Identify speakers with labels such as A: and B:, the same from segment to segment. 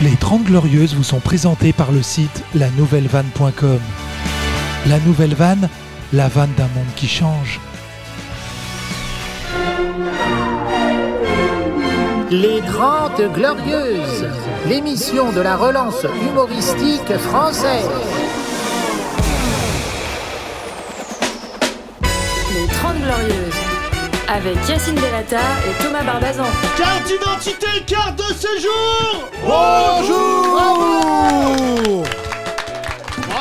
A: Les 30 Glorieuses vous sont présentées par le site lanouvellevanne.com. La nouvelle vanne, la vanne d'un monde qui change.
B: Les 30 Glorieuses, l'émission de la relance humoristique française.
C: Les 30 Glorieuses, avec Yacine Delata et Thomas Barbazan.
D: Carte d'identité, carte de séjour
E: Bonjour
D: Oh,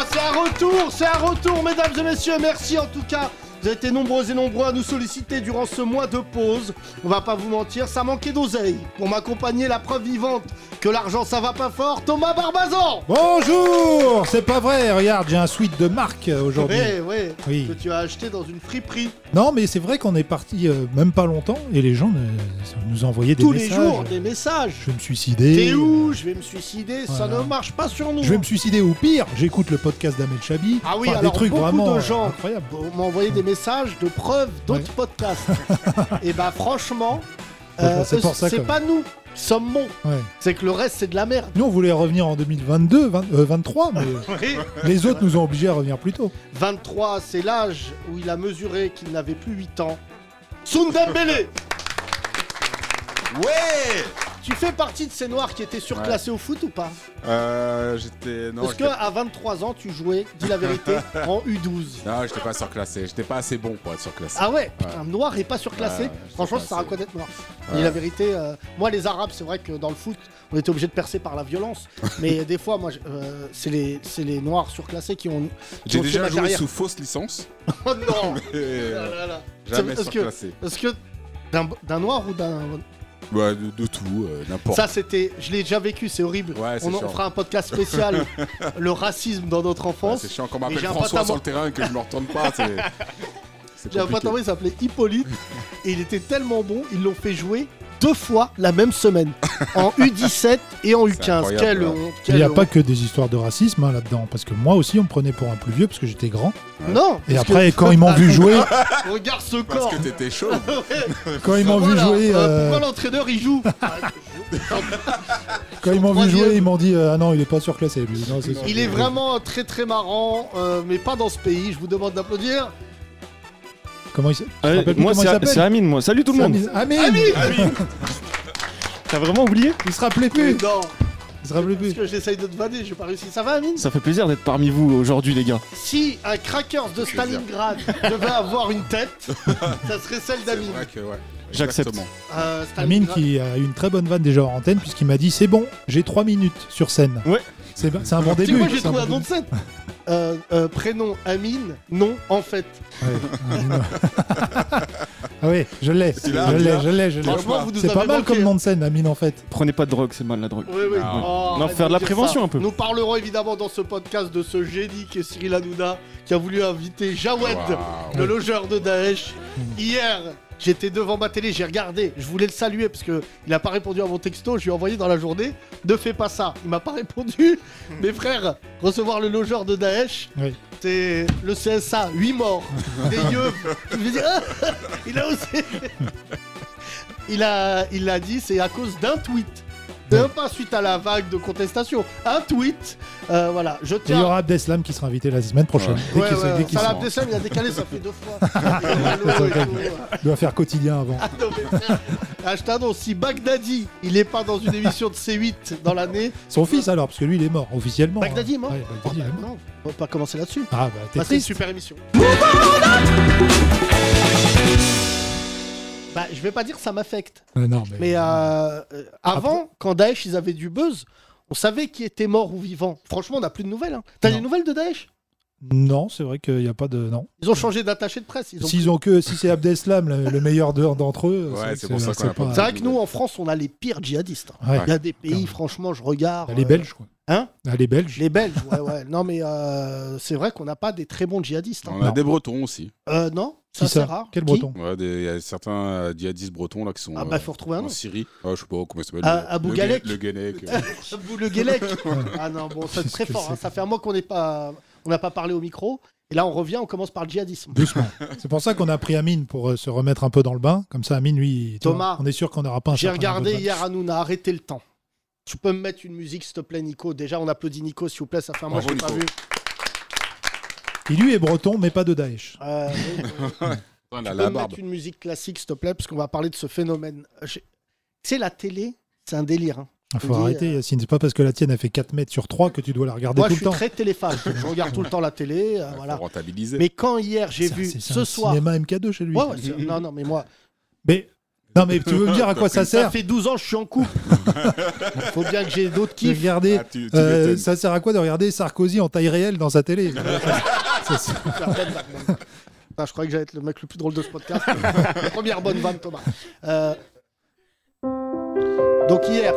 D: C'est un retour, c'est un retour, mesdames et messieurs. Merci en tout cas. Vous avez été nombreux et nombreux à nous solliciter durant ce mois de pause. On va pas vous mentir, ça manquait d'oseille. Pour m'accompagner, la preuve vivante que l'argent ça va pas fort, Thomas Barbazan
E: Bonjour C'est pas vrai, regarde, j'ai un sweat de marque euh,
D: Oui,
E: aujourd'hui.
D: oui,
E: Oui.
D: Eh que tu as acheté dans une friperie.
E: Non, mais c'est vrai qu'on est parti euh, même pas longtemps et les gens euh, nous envoyaient des
D: Tous
E: messages.
D: les jours, des messages.
E: Je me suicidais.
D: T'es où Je vais me suicider, ça
E: Voilà.
D: ne marche pas sur nous.
E: Je vais me suicider ou pire, j'écoute le podcast d'Amel Chabi.
D: Ah oui,
E: Enfin,
D: alors
E: des trucs
D: beaucoup
E: vraiment
D: de
E: euh,
D: gens
E: incroyables.
D: m'ont envoyé des messages de preuves d'autres podcasts. et bah franchement,
E: Franchement, c'est
D: eux,
E: pour ça,
D: c'est
E: quand
D: pas nous, sommes bons.
E: Ouais.
D: C'est que le reste c'est de la merde.
E: Nous, on voulait revenir en 2022, 20, euh, 23, mais les autres nous ont obligés à revenir plus tôt.
D: 23, c'est l'âge où il a mesuré qu'il n'avait plus 8 ans. Sundembele
F: Ouais
D: Tu fais partie de ces noirs qui étaient surclassés au foot ou pas
F: Euh, j'étais. Non,
D: Parce que
F: j'étais
D: à 23 ans, tu jouais, dis la vérité, en U12.
F: non, j'étais pas surclassé. J'étais pas assez bon pour être surclassé.
D: Ah ouais, putain, noir et pas surclassé.
F: Ouais,
D: Franchement, ça sert à
F: surclassé.
D: connaître noir.
F: Ouais.
D: Et la vérité, euh, moi, les Arabes, c'est vrai que dans le foot, on était obligé de percer par la violence. mais des fois, moi, je- euh, c'est les, c'est les noirs surclassés qui ont. qui
F: J'ai
D: ont tué
F: déjà
D: ma
F: joué
D: carrière.
F: sous fausse licence.
D: Oh non
F: mais,
D: Ah
F: euh,
D: là là.
F: jamais
D: Est-ce que-
F: surclassé.
D: Est-ce que. D'un d'un noir ou d'un.
F: Bah, de, de tout, euh, n'importe.
D: Ça, c'était. Je l'ai déjà vécu, c'est horrible.
F: Ouais, c'est
D: on, en- on
F: chiant.
D: fera un podcast spécial le racisme dans notre
F: Ouais,
D: enfance.
F: c'est chiant quand on
D: Et
F: m'appelle
D: j'ai un pote
F: François
D: à
F: sur
D: moi-
F: le terrain et que je me retourne pas. C'est. c'est
D: J'ai un pote à
F: compliqué.
D: moi, il s'appelait Hippolyte et il était tellement bon, ils l'ont fait jouer deux fois la même semaine, en U17 et en
F: C'est
D: U15.
F: incroyable,
D: Quelle
F: hein.
D: honte,
E: Il n'y a
D: quelle
E: pas
D: honte.
E: que des histoires de racisme hein, là-dedans, parce que moi aussi, on me prenait pour un plus vieux parce que j'étais grand.
D: Non
E: Et
D: parce que- Ah,
E: après, quand ils m'ont vu jouer,
D: Regarde ce
F: Parce
D: corps
F: que t'étais chaud.
E: quand ils m'ont vu
D: Voilà,
E: jouer,
D: euh,
E: euh, Ah,
D: Pourquoi l'entraîneur il joue
E: quand ils m'ont vu
D: troisième
E: jouer, ils m'ont dit euh, ah non, il est pas surclassé. lui. Non, c'est
D: Il
E: sûr.
D: est vraiment très très marrant, euh, mais pas dans ce pays, je vous demande d'applaudir.
E: Comment il s- tu te
G: Allez,
E: rappelles plus
G: moi,
E: comment il
G: c'est
E: s'appelle
G: c'est Amine, moi. Salut tout le monde.
E: Samy- Amine,
G: T'as vraiment oublié
E: Il se rappelait
D: Mais
E: plus
D: non,
E: Il se rappelait
D: parce
E: plus
D: que j'essaye de te vanner, j'ai pas réussi. Ça va Amine
G: Ça fait plaisir d'être parmi vous aujourd'hui, les gars.
D: Si un crackers de
F: Plaisir.
D: Stalingrad devait avoir une tête, ça serait celle
F: C'est
D: d'Amine.
F: vrai que, ouais.
G: J'accepte.
F: Exactement.
D: Euh,
E: Amine
D: Stalingrad.
E: qui a eu une très bonne vanne déjà en antenne puisqu'il m'a dit c'est bon, j'ai 3 minutes sur scène.
G: Ouais.
E: C'est c'est un bon
D: Tu sais,
E: début.
D: moi j'ai
E: c'est un
D: trouvé un
E: bon
D: nom de scène. Euh, euh, prénom Amine, nom en fait.
E: début. Ouais. ah oui, je l'ai, je
F: Tu l'as, tu
E: l'ai,
F: l'as
E: je l'ai, je l'ai.
D: Franchement, vous nous
E: C'est
D: avez
E: pas mal
D: manqué. hein.
E: comme nom de scène, Amine en fait.
G: Prenez pas de drogue, c'est mal la drogue.
D: Oui,
E: Ah.
D: oui.
F: Non.
D: Oh,
G: Non,
D: arrête
G: faire de
D: me
G: la
D: dire
G: prévention
D: ça.
G: un peu.
D: Nous parlerons évidemment dans ce podcast de ce génie qui est Cyril Hanouna qui a voulu inviter Jawed,
F: Waouh.
D: le logeur de Daesh. Hier, j'étais devant ma télé, j'ai regardé. Je voulais le saluer parce que il a pas répondu à mon texto. Je lui ai envoyé dans la journée. Ne fais pas ça. Il m'a pas répondu. Mes frères, recevoir le logeur de Daesh,
E: Oui.
D: c'est le CSA, 8 morts, des yeux. Je me dis, Ah il a osé. Il a, il a dit, c'est à cause d'un tweet. Et pas suite à la vague de contestation. Un tweet. Euh, voilà, je
E: Et il y
D: tiens.
E: aura Abdeslam qui sera invité la semaine prochaine.
F: Ouais.
E: Dès
D: Ouais,
E: qu'il
D: ouais,
E: dès qu'il
D: Salah
E: sera.
D: Abdeslam, il a décalé, ça fait deux fois. Et Ronaldo et tout.
E: Il doit faire quotidien avant.
D: Ah non, mais frère, ah, je t'annonce, si Bagdadi, il est pas dans une émission de C8 dans l'année.
E: Son fils alors, parce que lui il est mort officiellement. hein.
D: Bagdadi est mort
E: Ouais, Bagdadi, il est mort.
D: Non, on va pas commencer là-dessus.
E: Ah bah t'es
D: Bah, c'est une
E: triste.
D: super émission. Bah, je vais pas dire que ça m'affecte,
E: Euh, non, mais...
D: mais euh, euh, avant, quand Daesh ils avaient du buzz, on savait qui était mort ou vivant. Franchement, on n'a plus de nouvelles. hein. T'as
E: Non.
D: des nouvelles de Daesh
E: Non, c'est vrai qu'il n'y a pas de. Non.
D: Ils ont changé d'attaché de presse. ils ont
E: S'ils ont que. Si c'est Abdeslam le, le meilleur d'eux- d'entre eux.
F: Ouais, c'est
E: que
F: pour ça qu'on a pas-
D: C'est vrai
E: Ah,
D: que nous, en France, on a les pires djihadistes. hein.
E: Ouais.
D: Il y a des pays,
E: Clairement.
D: franchement, je regarde.
E: Elle est
D: euh,
E: belge, quoi.
D: Hein
E: Elle est belge.
D: Les Belges, ouais, ouais. Non, mais euh, c'est vrai qu'on n'a pas des très bons djihadistes. hein.
F: On a
E: Non.
F: des Bretons aussi.
D: Euh, non, ça,
E: Qui
D: c'est rare.
E: Quel
D: Qui
E: breton
F: Ouais, des- Il y a certains euh, djihadistes bretons là qui sont
D: Ah,
F: euh,
D: bah, faut retrouver un
F: en
D: nom.
F: Syrie. Ah, je sais pas comment il s'appelle.
D: Ah,
F: le-
D: Abou
F: le Gue-
D: Galek.
F: Le Guenec.
D: Abou Le Guélec. ah non, bon, ça, c'est très
E: Qu'est-ce que
D: fort. hein.
E: c'est
D: Ça fait un mois qu'on n'est pas, on n'a pas parlé au micro. Et là, on revient, on commence par le djihadisme.
E: Doucement. C'est pour ça qu'on a pris Amine pour euh, se remettre un peu dans le bain. Comme ça, Amine, lui, tu
D: Thomas,
E: vois, on est sûr qu'on n'aura pas un
D: J'ai
E: certain nombre
D: regardé
E: de-
D: hier Hanouna arrêter le temps. Tu peux me mettre une musique, s'il te plaît, Nico. Déjà, on applaudit Nico, s'il vous plaît. Ça fait un mois que je
F: Bravo,
D: l'ai pas
F: Nico.
D: vu.
E: Et lui est breton, mais pas de Daesh.
D: Euh, oui.
F: Putain,
D: Tu
F: la,
D: peux
F: la
D: me
F: barbe.
D: mettre une musique classique, s'il te plaît, parce qu'on va parler de ce phénomène. J'ai- Tu sais, la télé, c'est un délire. hein.
E: Il faut
D: Oui,
E: arrêter, Yacine. C'est pas parce que la tienne a fait 4 mètres sur 3 que tu dois la regarder
D: Moi,
E: tout
D: je
E: le
D: suis
E: temps.
D: très téléphage. je regarde tout le temps la télé. euh,
F: Faut
D: voilà.
F: Rentabiliser.
D: Mais quand hier, j'ai
E: C'est-
D: vu
E: c'est- c'est
D: ce
E: un
D: soir.
E: cinéma MK2 chez lui.
D: Ouais, ouais, c'est- non, non, mais moi,
E: Mais non, mais tu veux me dire à quoi ça
D: ça
E: sert
D: fait 12 ans que je suis en couple. Faut bien que j'ai d'autres
E: de
D: kiffs.
E: regarder
F: Ah, tu- tu
E: euh,
F: m'étonnes.
E: Ça sert à quoi de regarder Sarkozy en taille réelle dans sa télé
D: Putain, je croyais que j'allais être le mec le plus drôle de ce podcast. Première bonne vanne, Thomas. Euh, Donc hier,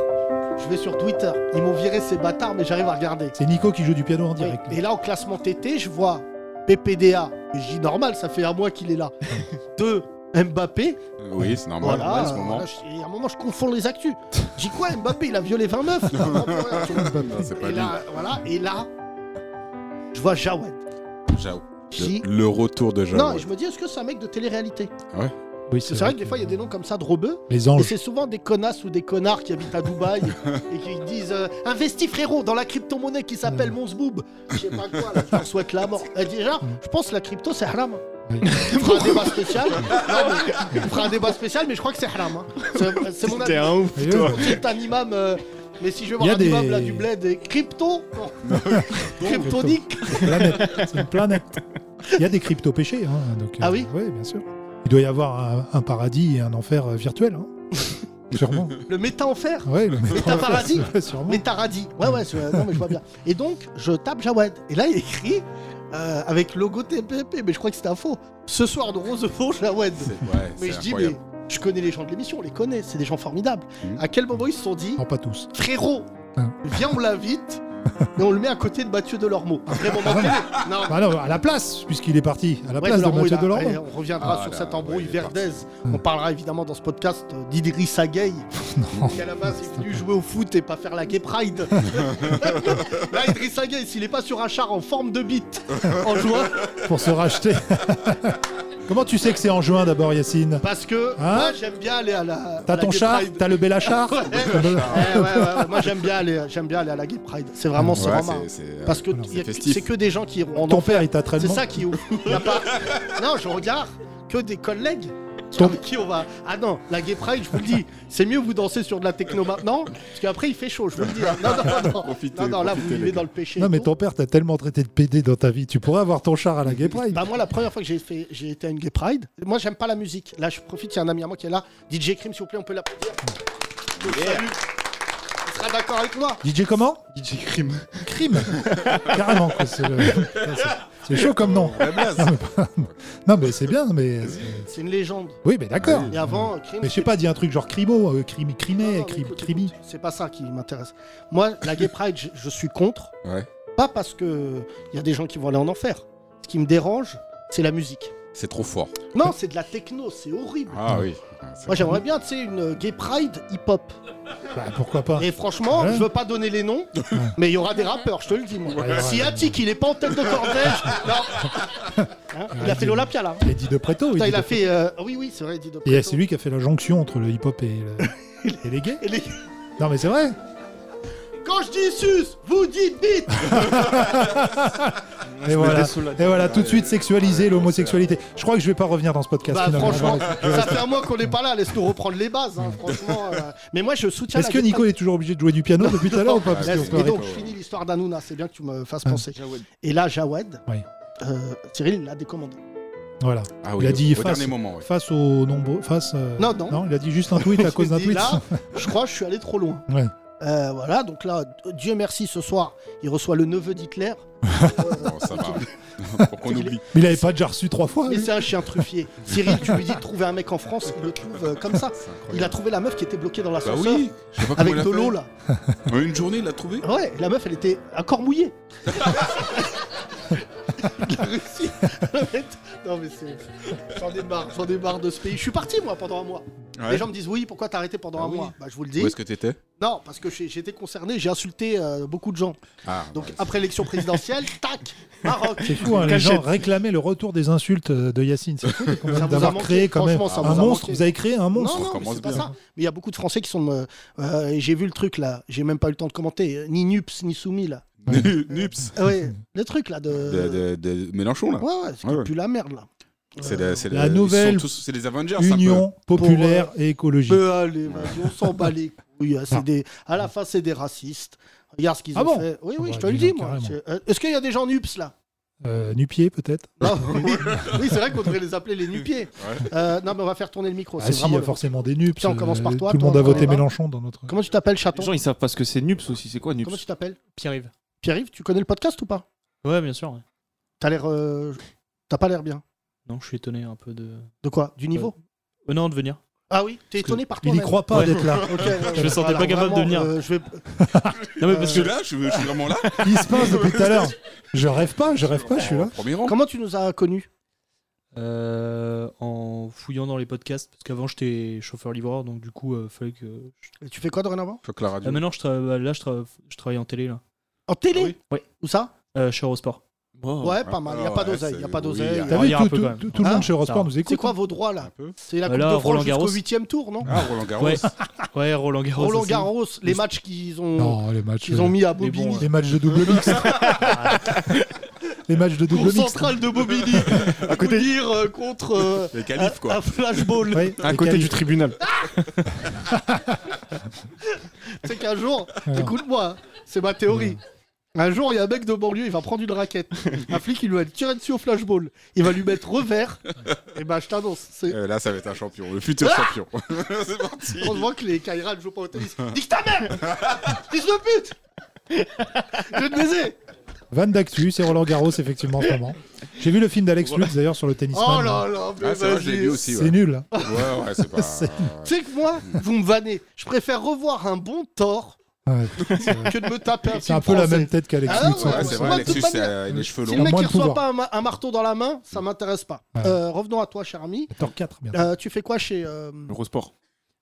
D: je vais sur Twitter. Ils m'ont viré ces bâtards, mais j'arrive à regarder.
E: C'est Nico qui joue du piano en
D: Oui.
E: direct.
D: Et là, au classement TT, je vois PPDA. Et je dis normal, ça fait un mois qu'il est là. Deux, Mbappé.
F: Oui, c'est normal
D: Voilà,
F: en ce moment.
D: voilà, je- et à un moment, je confonds les actus. Je dis quoi, Mbappé Il a violé 20 meufs
F: Non, c'est pas
D: et,
F: lui.
D: là, voilà, et là, je vois Jawed.
F: Jao.
D: Je dis-
F: Le, le retour de Jao.
D: Non, et je me dis, est-ce que c'est un mec de télé-réalité
E: Oui,
D: C'est vrai que des fois, il y a des noms comme ça, Drobeux.
E: Les
D: Et
E: anges.
D: c'est souvent des connasses ou des connards qui habitent à Dubaï et qui disent euh, Investis frérot dans la crypto-monnaie qui s'appelle Monsboob. Je sais pas quoi, là, je leur souhaite la mort. Euh, déjà, je pense que la crypto c'est haram.
E: Oui.
D: On fera un débat spécial. Non, mais on fera un débat spécial, mais je crois que c'est haram. hein. C'est- C'est mon
G: T'es
D: avis.
G: un ouf,
E: Et
G: toi.
E: eux,
D: C'est un imam. euh, mais si je veux
E: Il y
D: voir
E: a
D: un
E: des-
D: imam là du bled, et crypto.
F: Ah
D: non. Cryptonique.
E: planète. C'est une planète. Il y a des crypto-péchés. hein, donc,
D: Ah oui
E: Oui, bien sûr. Il doit y avoir un, un paradis et un enfer euh, virtuel. hein. Sûrement.
D: Le méta-enfer.
E: Ouais, le
D: Métaparadis
E: Ouais,
F: Ah
E: Sûrement.
D: Mais Taradi. Ouais, ouais, je, non, mais je vois bien. Et donc, je tape Jawad. Et là, il écrit euh, avec logo TPP, mais je crois que c'était un faux. Ce soir de Rosefour, Jawad.
F: C'est- Ouais,
D: Mais
F: c'est
D: je dis, mais
F: incroyable.
D: je connais les gens de l'émission, on les connaît, c'est des gens formidables.
F: Mhm.
D: À quel moment ils se sont dit,
E: Non, pas tous.
D: frérot,
E: Hein.
D: viens, on l'invite et on le met à côté de Mathieu Delormeau. Un vrai moment de télé. Non,
E: Bah non, à la place, puisqu'il est parti. À la
D: Ouais,
E: place de
D: Delormeau,
E: Mathieu
D: il a-
E: Delormeau.
D: et on reviendra
F: Ah
D: sur
F: là,
D: cette
F: ouais,
D: embrouille
F: il est parti.
D: verdaise. On parlera évidemment dans ce podcast euh, d'Idriss Agueil, qui à la base est venu jouer au foot et pas faire la gay pride. Là, Idriss Agueil, s'il est pas sur un char en forme de bite en jouant,
E: pour se racheter. Comment tu sais que c'est en juin d'abord, Yacine
D: parce que
E: Hein
D: moi j'aime bien aller à la. à
E: T'as
D: la
E: ton
D: gay
E: char
D: pride.
E: T'as le Bellachar
D: Ouais, ouais, ouais, ouais, moi j'aime bien aller, j'aime bien aller à la gay pride. C'est vraiment ce
F: Ouais,
D: roman.
F: c'est- euh, c'est-
D: Parce que
E: Voilà,
D: y a-
F: c'est festif.
D: c'est que des gens qui iront en
E: Ton
D: enfer.
E: père, il t'a très
D: C'est ça qui est ouf. Y a pas- Non, je regarde que des collègues
E: Ton-
D: avec qui on va. Ah non, la Gay Pride, je vous le dis, c'est mieux vous dansez sur de la techno maintenant, parce qu'après il fait chaud, je vous le dis. Non, non, non, non.
F: Profitez,
D: non, non, là vous
F: profitez,
D: vivez
F: les
D: dans le péché.
E: Non,
D: et
E: mais
D: tout.
E: ton père t'a tellement traité de PD dans ta vie. Tu pourrais avoir ton char à la Gay Pride.
D: Bah moi la première fois que j'ai fait j'ai été à une gay pride, moi j'aime pas la musique. Là je profite, il y a un ami à moi qui est là. DJ Crime s'il vous plaît on peut l'applaudir. Salut. Il sera d'accord avec moi.
E: DJ comment
G: DJ Crime.
E: Crime Carrément, quoi, c'est le- Putain, c'est- C'est chaud comme nom.
F: La blaze.
E: Non, mais c'est bien, mais.
D: C'est une légende.
E: Ah Oui, mais d'accord.
D: Et avant, Crime.
E: Mais je sais pas, dis un truc genre Crimo, euh, Crimi,
D: Non,
E: Crimée,
D: non,
E: Crim-
D: écoute,
E: Crimi.
D: écoute, C'est pas ça qui m'intéresse. Moi, la gay pride, je, je suis contre.
F: Ouais.
D: Pas parce que il y a des gens qui vont aller en enfer. Ce qui me dérange, c'est la musique.
F: C'est trop fort.
D: Non, c'est de la techno, c'est horrible.
F: Ah oui.
D: Moi, j'aimerais bien, tu sais, une euh, gay pride hip-hop.
E: Bah, pourquoi pas
D: Et franchement,
E: Ouais.
D: je veux pas donner les noms, mais il y aura des rappeurs, je te le dis. Moi.
E: Ouais, il y aura-
D: Si Attic, il est pas en tête de cortège. non. Hein, il a fait l'Olympia là.
E: Et dit de Preto.
D: Putain,
E: dit
D: il a
E: de-
D: fait. euh, ah Oui, oui, c'est vrai, il dit de
E: Et c'est lui qui a fait la jonction entre le hip-hop et, le- et les gays.
D: Et les-
E: Non, mais c'est vrai.
D: Quand je dis sus, vous dites bite.
E: Et voilà, et voilà, tout de suite sexualiser l'homosexualité. Je crois que je vais pas revenir dans ce podcast.
D: Bah,
E: finalement.
D: franchement,
E: Voilà.
D: ça fait un mois qu'on n'est pas là, laisse-nous reprendre les bases, hein, franchement. euh, Mais moi, je soutiens
E: Est-ce
D: la
E: que Nico est toujours obligé de jouer du piano depuis tout à l'heure ou
F: Ah,
E: pas Parce
D: Bah, Laisse-
E: qu'on peut
D: Et
E: arrêter.
D: donc, je finis l'histoire d'Anouna, c'est bien que tu me fasses penser.
G: Jawed.
D: Et là, Jawad,
E: Ah. Oui.
D: euh, Cyril l'a décommandé.
E: Voilà.
F: Ah
E: il a dit
F: au
E: face-
F: dernier moment. ouais.
E: Face au nombre, face. euh,
D: Non, non.
E: il a dit juste un tweet à
D: Je me
E: cause d'un
D: dis,
E: tweet.
D: Là, je crois que je suis allé trop loin.
E: Ouais.
D: Euh, voilà, donc là, Dieu merci, ce soir, il reçoit le neveu d'Hitler.
E: Ah
F: Bon, ça va. Pour qu'on oublie.
E: Mais il avait pas déjà reçu trois fois.
D: Mais
E: lui.
D: c'est un chien truffier. Cyril, tu lui dis de trouver un mec en France, il le trouve euh, comme ça.
F: C'est
D: Il a
F: incroyable.
D: trouvé la meuf qui était bloquée dans
F: Bah
D: l'ascenseur
F: oui. Je sais pas comment
D: avec
F: il a
D: de
F: fait.
D: l'eau là.
F: En une journée, il l'a trouvé.
D: Ouais, la meuf, elle était encore mouillée. la Russie. non mais c'est. J'en ai marre, j'en ai marre de ce pays. Je suis parti moi pendant un mois.
F: Ouais.
D: Les gens me disent oui, pourquoi t'as arrêté pendant
F: Ah
D: un
F: oui.
D: mois Bah je vous le dis.
F: Où est-ce que t'étais
D: Non, parce que j'ai- j'étais concerné, j'ai insulté euh, beaucoup de gens.
F: Ah,
D: Donc
F: ouais.
D: après l'élection présidentielle, tac, Maroc.
E: C'est fou, hein, les gens réclamaient le retour des insultes euh, de Yacine. C'est fou quand même
D: Ça vous a
E: d'avoir
D: manqué,
E: créé quand même
D: franchement, ça
E: un
D: vous a
E: monstre.
D: manqué.
E: Vous avez créé un monstre.
D: non, non, mais
F: recommence
D: c'est pas
F: bien.
D: ça. Mais il y a beaucoup de Français qui sont. euh, euh, et j'ai vu le truc là, j'ai même pas eu le temps de commenter, euh, ni Nups, ni Soumis là.
F: Nups
D: Ah Ouais, le truc là de.
F: de, de- de Mélenchon, là.
D: Ouais, ouais, c'est
F: Ouais, ouais.
D: plus la merde là.
F: C'est la, c'est
E: La nouvelle
F: ils sont tous- C'est les Avengers, un peu.
E: Union populaire et écologique.
D: euh, Peu Bah, allez, vas-y, on s'en bat les couilles. hein, c'est des- À la fin, c'est des racistes. Regarde ce qu'ils
E: Ah
D: ont
E: bon
D: fait. Oui,
E: Ah
D: oui,
E: bah,
D: je te le
E: dis
D: dis,
E: donc,
D: moi.
E: carrément.
D: C'est- euh, Est-ce qu'il y a des gens nups là
E: Euh, Nupier peut-être
D: Non, oui, oui, c'est vrai qu'on devrait les appeler les nupiers. Euh, non, mais on va faire tourner le micro.
E: Ah
D: c'est
E: si, il y
H: euh,
D: vraiment
E: a
D: le-
E: forcément des nups.
D: Tiens, on commence par
E: euh,
D: toi,
E: Tout le
D: toi,
E: monde a
D: on
E: voté
D: connaît pas.
E: Mélenchon dans notre...
D: Comment tu t'appelles,
H: Les
D: chaton
H: gens, ils savent pas ce que c'est Nups aussi. C'est quoi
D: Comment tu
H: Nups
D: t'appelles
H: Pierre-Yves.
D: Pierre-Yves, tu connais le podcast ou pas
H: Ouais, bien sûr. ouais.
D: T'as l'air. euh, T'as pas l'air bien.
H: Non, je suis étonné un peu de.
D: De quoi Du niveau
H: Oh non, de venir.
D: Ah oui T'es
H: Parce que
D: étonné par toi
E: Il n'y croit pas
H: Ouais.
E: d'être là.
H: Je me sentais pas capable de venir.
D: euh, je vais...
H: Non, mais
F: Je
H: parce
F: suis
H: que.
F: là, je, je suis vraiment là.
E: Il se passe depuis tout à l'heure. Je rêve pas, je rêve pas, je suis là.
F: En Premier rang.
D: Comment tu nous as connus
H: euh, en fouillant dans les podcasts, parce qu'avant j'étais chauffeur-livreur, donc du coup, euh, fallait que. je-
D: Et Tu fais quoi dorénavant
F: Faut que la radio.
H: Ah, maintenant, je tra- bah, là, je, tra- je travaille en télé, là.
D: En télé
H: Ouais.
D: Où ça
H: Euh, je suis Eurosport.
D: Oh. Ouais, pas mal. Il a
F: Ah,
D: pas
F: ouais,
D: d'oseille.
F: c'est-
D: Il a pas
F: oui,
D: d'oseille.
F: alors-
E: T'as
H: Alors, il
E: vu,
H: y a un
E: tout,
H: peu
E: tout-
H: quand même. Ah,
E: tout- tout le
D: Hein
E: monde chez
H: Ça
E: Eurosport
H: va.
E: nous
D: C'est
E: écoute.
D: quoi vos droits là
F: Un peu.
D: C'est la
H: Bah
D: Coupe
H: là,
D: de France
H: Roland
D: jusqu'au
H: Garros.
D: 8 tour, non
F: Ah, Roland Garros.
H: Ouais, ouais Roland Garros.
D: Roland
H: aussi.
D: Garros, les matchs qu'ils ont,
E: Non, les matchs, euh,
D: qu'ils ont mis à
H: Mais bon,
D: Bobigny.
E: les matchs de double mixte. les matchs de
D: Cour
E: double mixte.
D: centrale de Bobigny. à côté dire euh, contre euh,
F: Les qualifs,
D: un,
E: Ah,
F: quoi.
D: un flashball.
E: Oui,
G: À
E: les
G: côté
E: qualifs.
G: du tribunal.
D: C'est qu'un jour, écoute-moi, c'est ma théorie. Un jour, il y a un mec de banlieue, il va prendre une raquette. un flic, il lui va le tirer dessus au flashball. Il va lui mettre revers. Et ben, je t'annonce, c'est-
F: Euh, là, ça va être un champion, le futur
E: Ah
F: champion. c'est parti.
D: on voit que les Kaira ne jouent pas au tennis. Nique ta mère Fils de pute Je vais te baiser
E: Van d'actu, c'est Roland Garros effectivement en ce moment. J'ai vu le film d'Alex Lutz d'ailleurs sur le tennisman.
D: Oh là là, mais
F: Ah, c'est vrai, je l'ai
D: vas-y.
F: vu aussi.
E: c'est
F: Ouais,
E: nul. hein.
F: ouais, ouais, c'est pas.
E: C'est-
D: Tu sais que moi, vous me vannez. Je préfère revoir un bon tort
E: Ouais.
D: que de me taper un
E: C'est un
D: film
E: peu la
D: français.
E: même tête qu'Alex
D: Ah,
E: Lutz.
D: ouais,
E: hein.
F: Ouais, c'est vrai,
D: Moi, de
F: Alexis,
D: toute
F: c'est
D: manière,
F: euh, les cheveux
D: Si
F: longs.
D: le mec
E: moins
D: il
E: de pouvoir.
D: reçoit pas un, ma- un marteau dans la main, ça m'intéresse pas.
E: Ouais.
D: Euh, revenons à toi, cher ami.
E: Thor 4 bien.
D: Euh, tu fais quoi chez. euh,
G: Eurosport.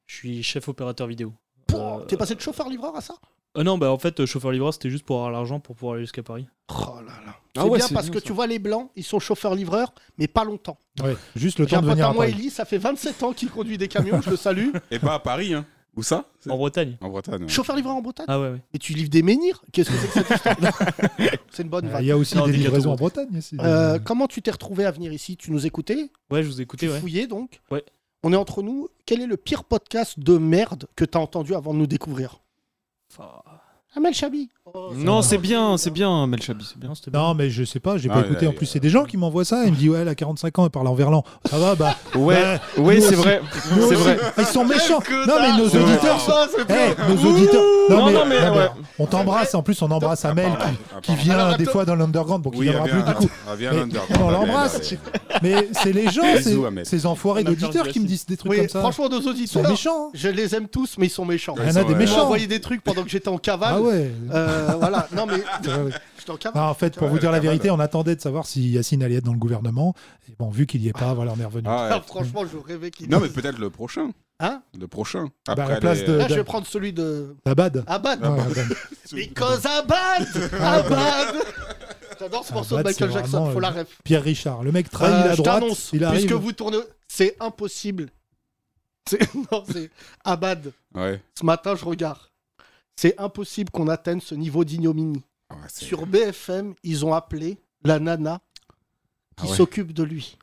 H: Je suis chef opérateur vidéo.
D: Pouah,
H: Euh,
D: T'es passé de chauffeur-livreur à ça
H: Ah non, bah en fait, euh, chauffeur-livreur, c'était juste pour avoir l'argent pour pouvoir aller jusqu'à Paris.
D: Oh là là. C'est
G: Ah ouais,
D: bien
G: c'est
D: parce
G: bien,
D: que
G: ça.
D: tu vois, les blancs, ils sont chauffeurs-livreurs, mais pas longtemps.
E: Ouais, juste le
D: J'ai
E: temps
D: un
E: de
D: pote
E: venir
D: à
E: à
D: moi,
E: Paris.
D: Ellie, ça fait 27 ans qu'il conduit des camions, je le salue.
F: Et pas à Paris, hein. Où ça
H: En Bretagne.
F: En Bretagne. ouais.
D: Chauffeur-livreur en Bretagne
H: Ah ouais, ouais.
D: Mais tu livres des menhirs Qu'est-ce que c'est que cette histoire C'est une bonne
E: Euh,
D: vanne.
E: Il y a aussi
H: Non,
E: des
H: des
E: livraisons
H: gâteaux.
E: en Bretagne. ici.
D: Euh, comment tu t'es retrouvé à venir ici Tu nous écoutais
H: Ouais, je vous
D: Tu
H: écoutais, ouais.
D: fouillais donc
H: Ouais.
D: On est entre nous. Quel est le pire podcast de merde que t'as entendu avant de nous découvrir
H: Enfin,
D: Amel Chabi. Oh,
G: Non, c'est bien, c'est bien, Melchabi, c'est bien.
H: non, c'était bien.
E: Non, mais je sais pas, j'ai
F: Ah,
E: pas
F: ouais,
E: écouté. En
F: ouais,
E: plus, c'est des gens qui m'envoient ça. Ils me disent, ouais, elle a 45 ans, elle parle en verlan. Ça va, bah.
G: Ouais,
E: bah,
G: ouais,
E: nous
G: c'est
E: aussi.
G: vrai.
E: nous aussi.
G: C'est vrai.
E: Ah, Ils sont méchants.
D: Quel
E: Non, mais nos
D: connard.
E: auditeurs
D: Oh,
E: sont.
D: ça, c'est
E: Eh,
D: bien.
E: nos auditeurs. Non,
G: Non,
E: mais,
G: non, mais,
E: non, mais
G: ouais.
E: on t'embrasse. En plus, on embrasse Amel
F: Pardon,
E: qui,
F: ah,
E: qui
F: pardon.
E: vient
D: Alors,
E: des
D: attends.
E: fois dans l'underground, donc il
F: Oui,
E: viendra plus du coup.
F: elle vient
E: Mais-
F: l'Underground.
E: on l'embrasse. Mais c'est les gens,
F: Bisous,
E: ces-
F: Amel.
E: ces enfoirés
H: On a
E: d'auditeurs
H: perdu
E: qui me disent des trucs
D: Oui,
E: comme ça.
D: franchement, nos
E: Ils sont
D: auditeurs,
E: méchants. hein.
D: je les aime tous, mais ils sont méchants.
E: Il y en a des
F: sont- ouais.
D: Ils m'ont
E: méchants.
D: envoyé des trucs pendant que j'étais en cavale.
E: Ah ouais.
D: Euh, voilà, non mais
E: C'est vrai, oui.
D: j'étais en cavale.
E: Non, en fait, pour
F: Ouais,
E: vous dire la
F: pas mal.
E: vérité, on attendait de savoir si Yacine allait être dans le gouvernement. Et bon, vu qu'il y est pas, voilà, on est revenu.
F: Ah, ouais.
D: Franchement, je rêvais qu'il.
F: Non, mais peut-être le prochain.
D: Hein
F: Le prochain.
E: Bah, à
F: Après, euh,
E: la place
F: les-
E: de
D: Là, je vais prendre celui de
E: d'Abad.
D: Abad.
E: Ouais, Abad.
D: Because Abad Abad J'adore ce morceau
E: Abad,
D: de Michael
E: c'est
D: Jackson,
E: vraiment,
D: faut la
E: euh,
D: ref.
E: Pierre Richard, le mec trahit
D: Euh,
E: la
D: je
E: droite.
D: t'annonce,
E: il arrive.
D: puisque vous tournez, c'est impossible. C'est non, c'est Abad.
F: Ouais.
D: Ce matin, je regarde. C'est impossible qu'on atteigne ce niveau d'ignominie.
F: Ah, c'est-
D: Sur BFM, ils ont appelé la nana
F: Ah
D: qui
F: ouais.
D: s'occupe de lui,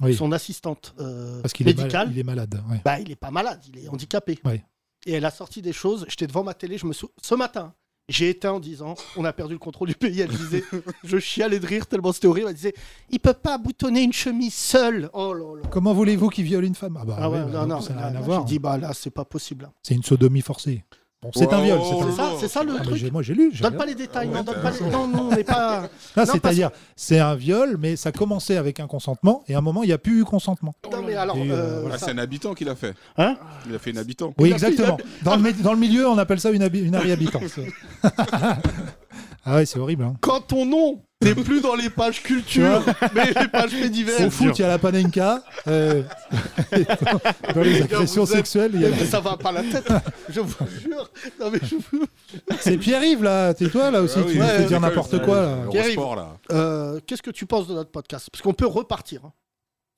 E: Oui,
D: son assistante euh,
E: parce qu'il est, mal-
D: médicale.
E: il est malade. ouais.
D: Bah, il est pas malade, il est handicapé.
E: Ouais.
D: Et elle a sorti des choses. J'étais devant ma télé, je me sou... ce matin. J'ai éteint en disant, on a perdu le contrôle du pays. Elle disait, je chialais de rire tellement c'était horrible. Elle disait, il peut pas boutonner une chemise seule. Oh là là.
E: Comment voulez-vous qu'il viole une femme Ah bah,
D: Ah ouais,
E: oui, bah,
D: non,
E: en
D: non.
E: plus, ça n'a
D: là,
E: rien
D: là,
E: à
D: je
E: voir.
D: dis, bah là, c'est pas possible.
E: C'est une sodomie forcée. Bon, c'est un
F: Wow.
E: viol.
D: C'est
E: c'est-
D: ça, c'est ça Oh, le
E: Ah, mais
D: truc.
E: j'ai- moi j'ai lu. j'ai
D: Donne
E: rien.
D: pas les détails,
F: Ah
D: non,
F: ouais,
D: donne
F: t'as
D: pas les... non, non, on n'est pas.
E: Là,
D: Non,
E: c'est-à-dire, c'est un viol, mais ça commençait avec un consentement, et à un moment, il n'y a plus eu consentement.
D: Non, mais alors.
E: Et, euh,
D: euh,
F: Ah,
D: ça-
F: c'est un habitant qu'il a fait.
D: Hein
F: Il a fait une habitant.
E: Oui,
D: Il a fait une
E: exactement. Dans le, mé- dans le milieu, on appelle ça une, habi- une habitante. ah ouais, c'est horrible. hein.
D: Quand ton nom, c'est T'es plus dans les pages culture, mais les pages faits
E: Au
D: divers.
E: foot, il y a la Panenka. euh, dans les agressions
D: vous êtes-
E: sexuelles, il y a.
D: Mais Eh ben, ça va pas la tête, je vous jure. Non, mais je vous-
E: C'est Pierre-Yves, là. Tais-toi, là aussi.
F: Ah
E: tu
F: oui,
E: nous
D: ouais,
E: fais
D: ouais,
E: dire
D: ouais,
E: n'importe
D: ouais,
E: quoi, là.
F: Eurosport, là.
D: Euh, Qu'est-ce que tu penses de notre podcast Parce qu'on peut repartir. hein.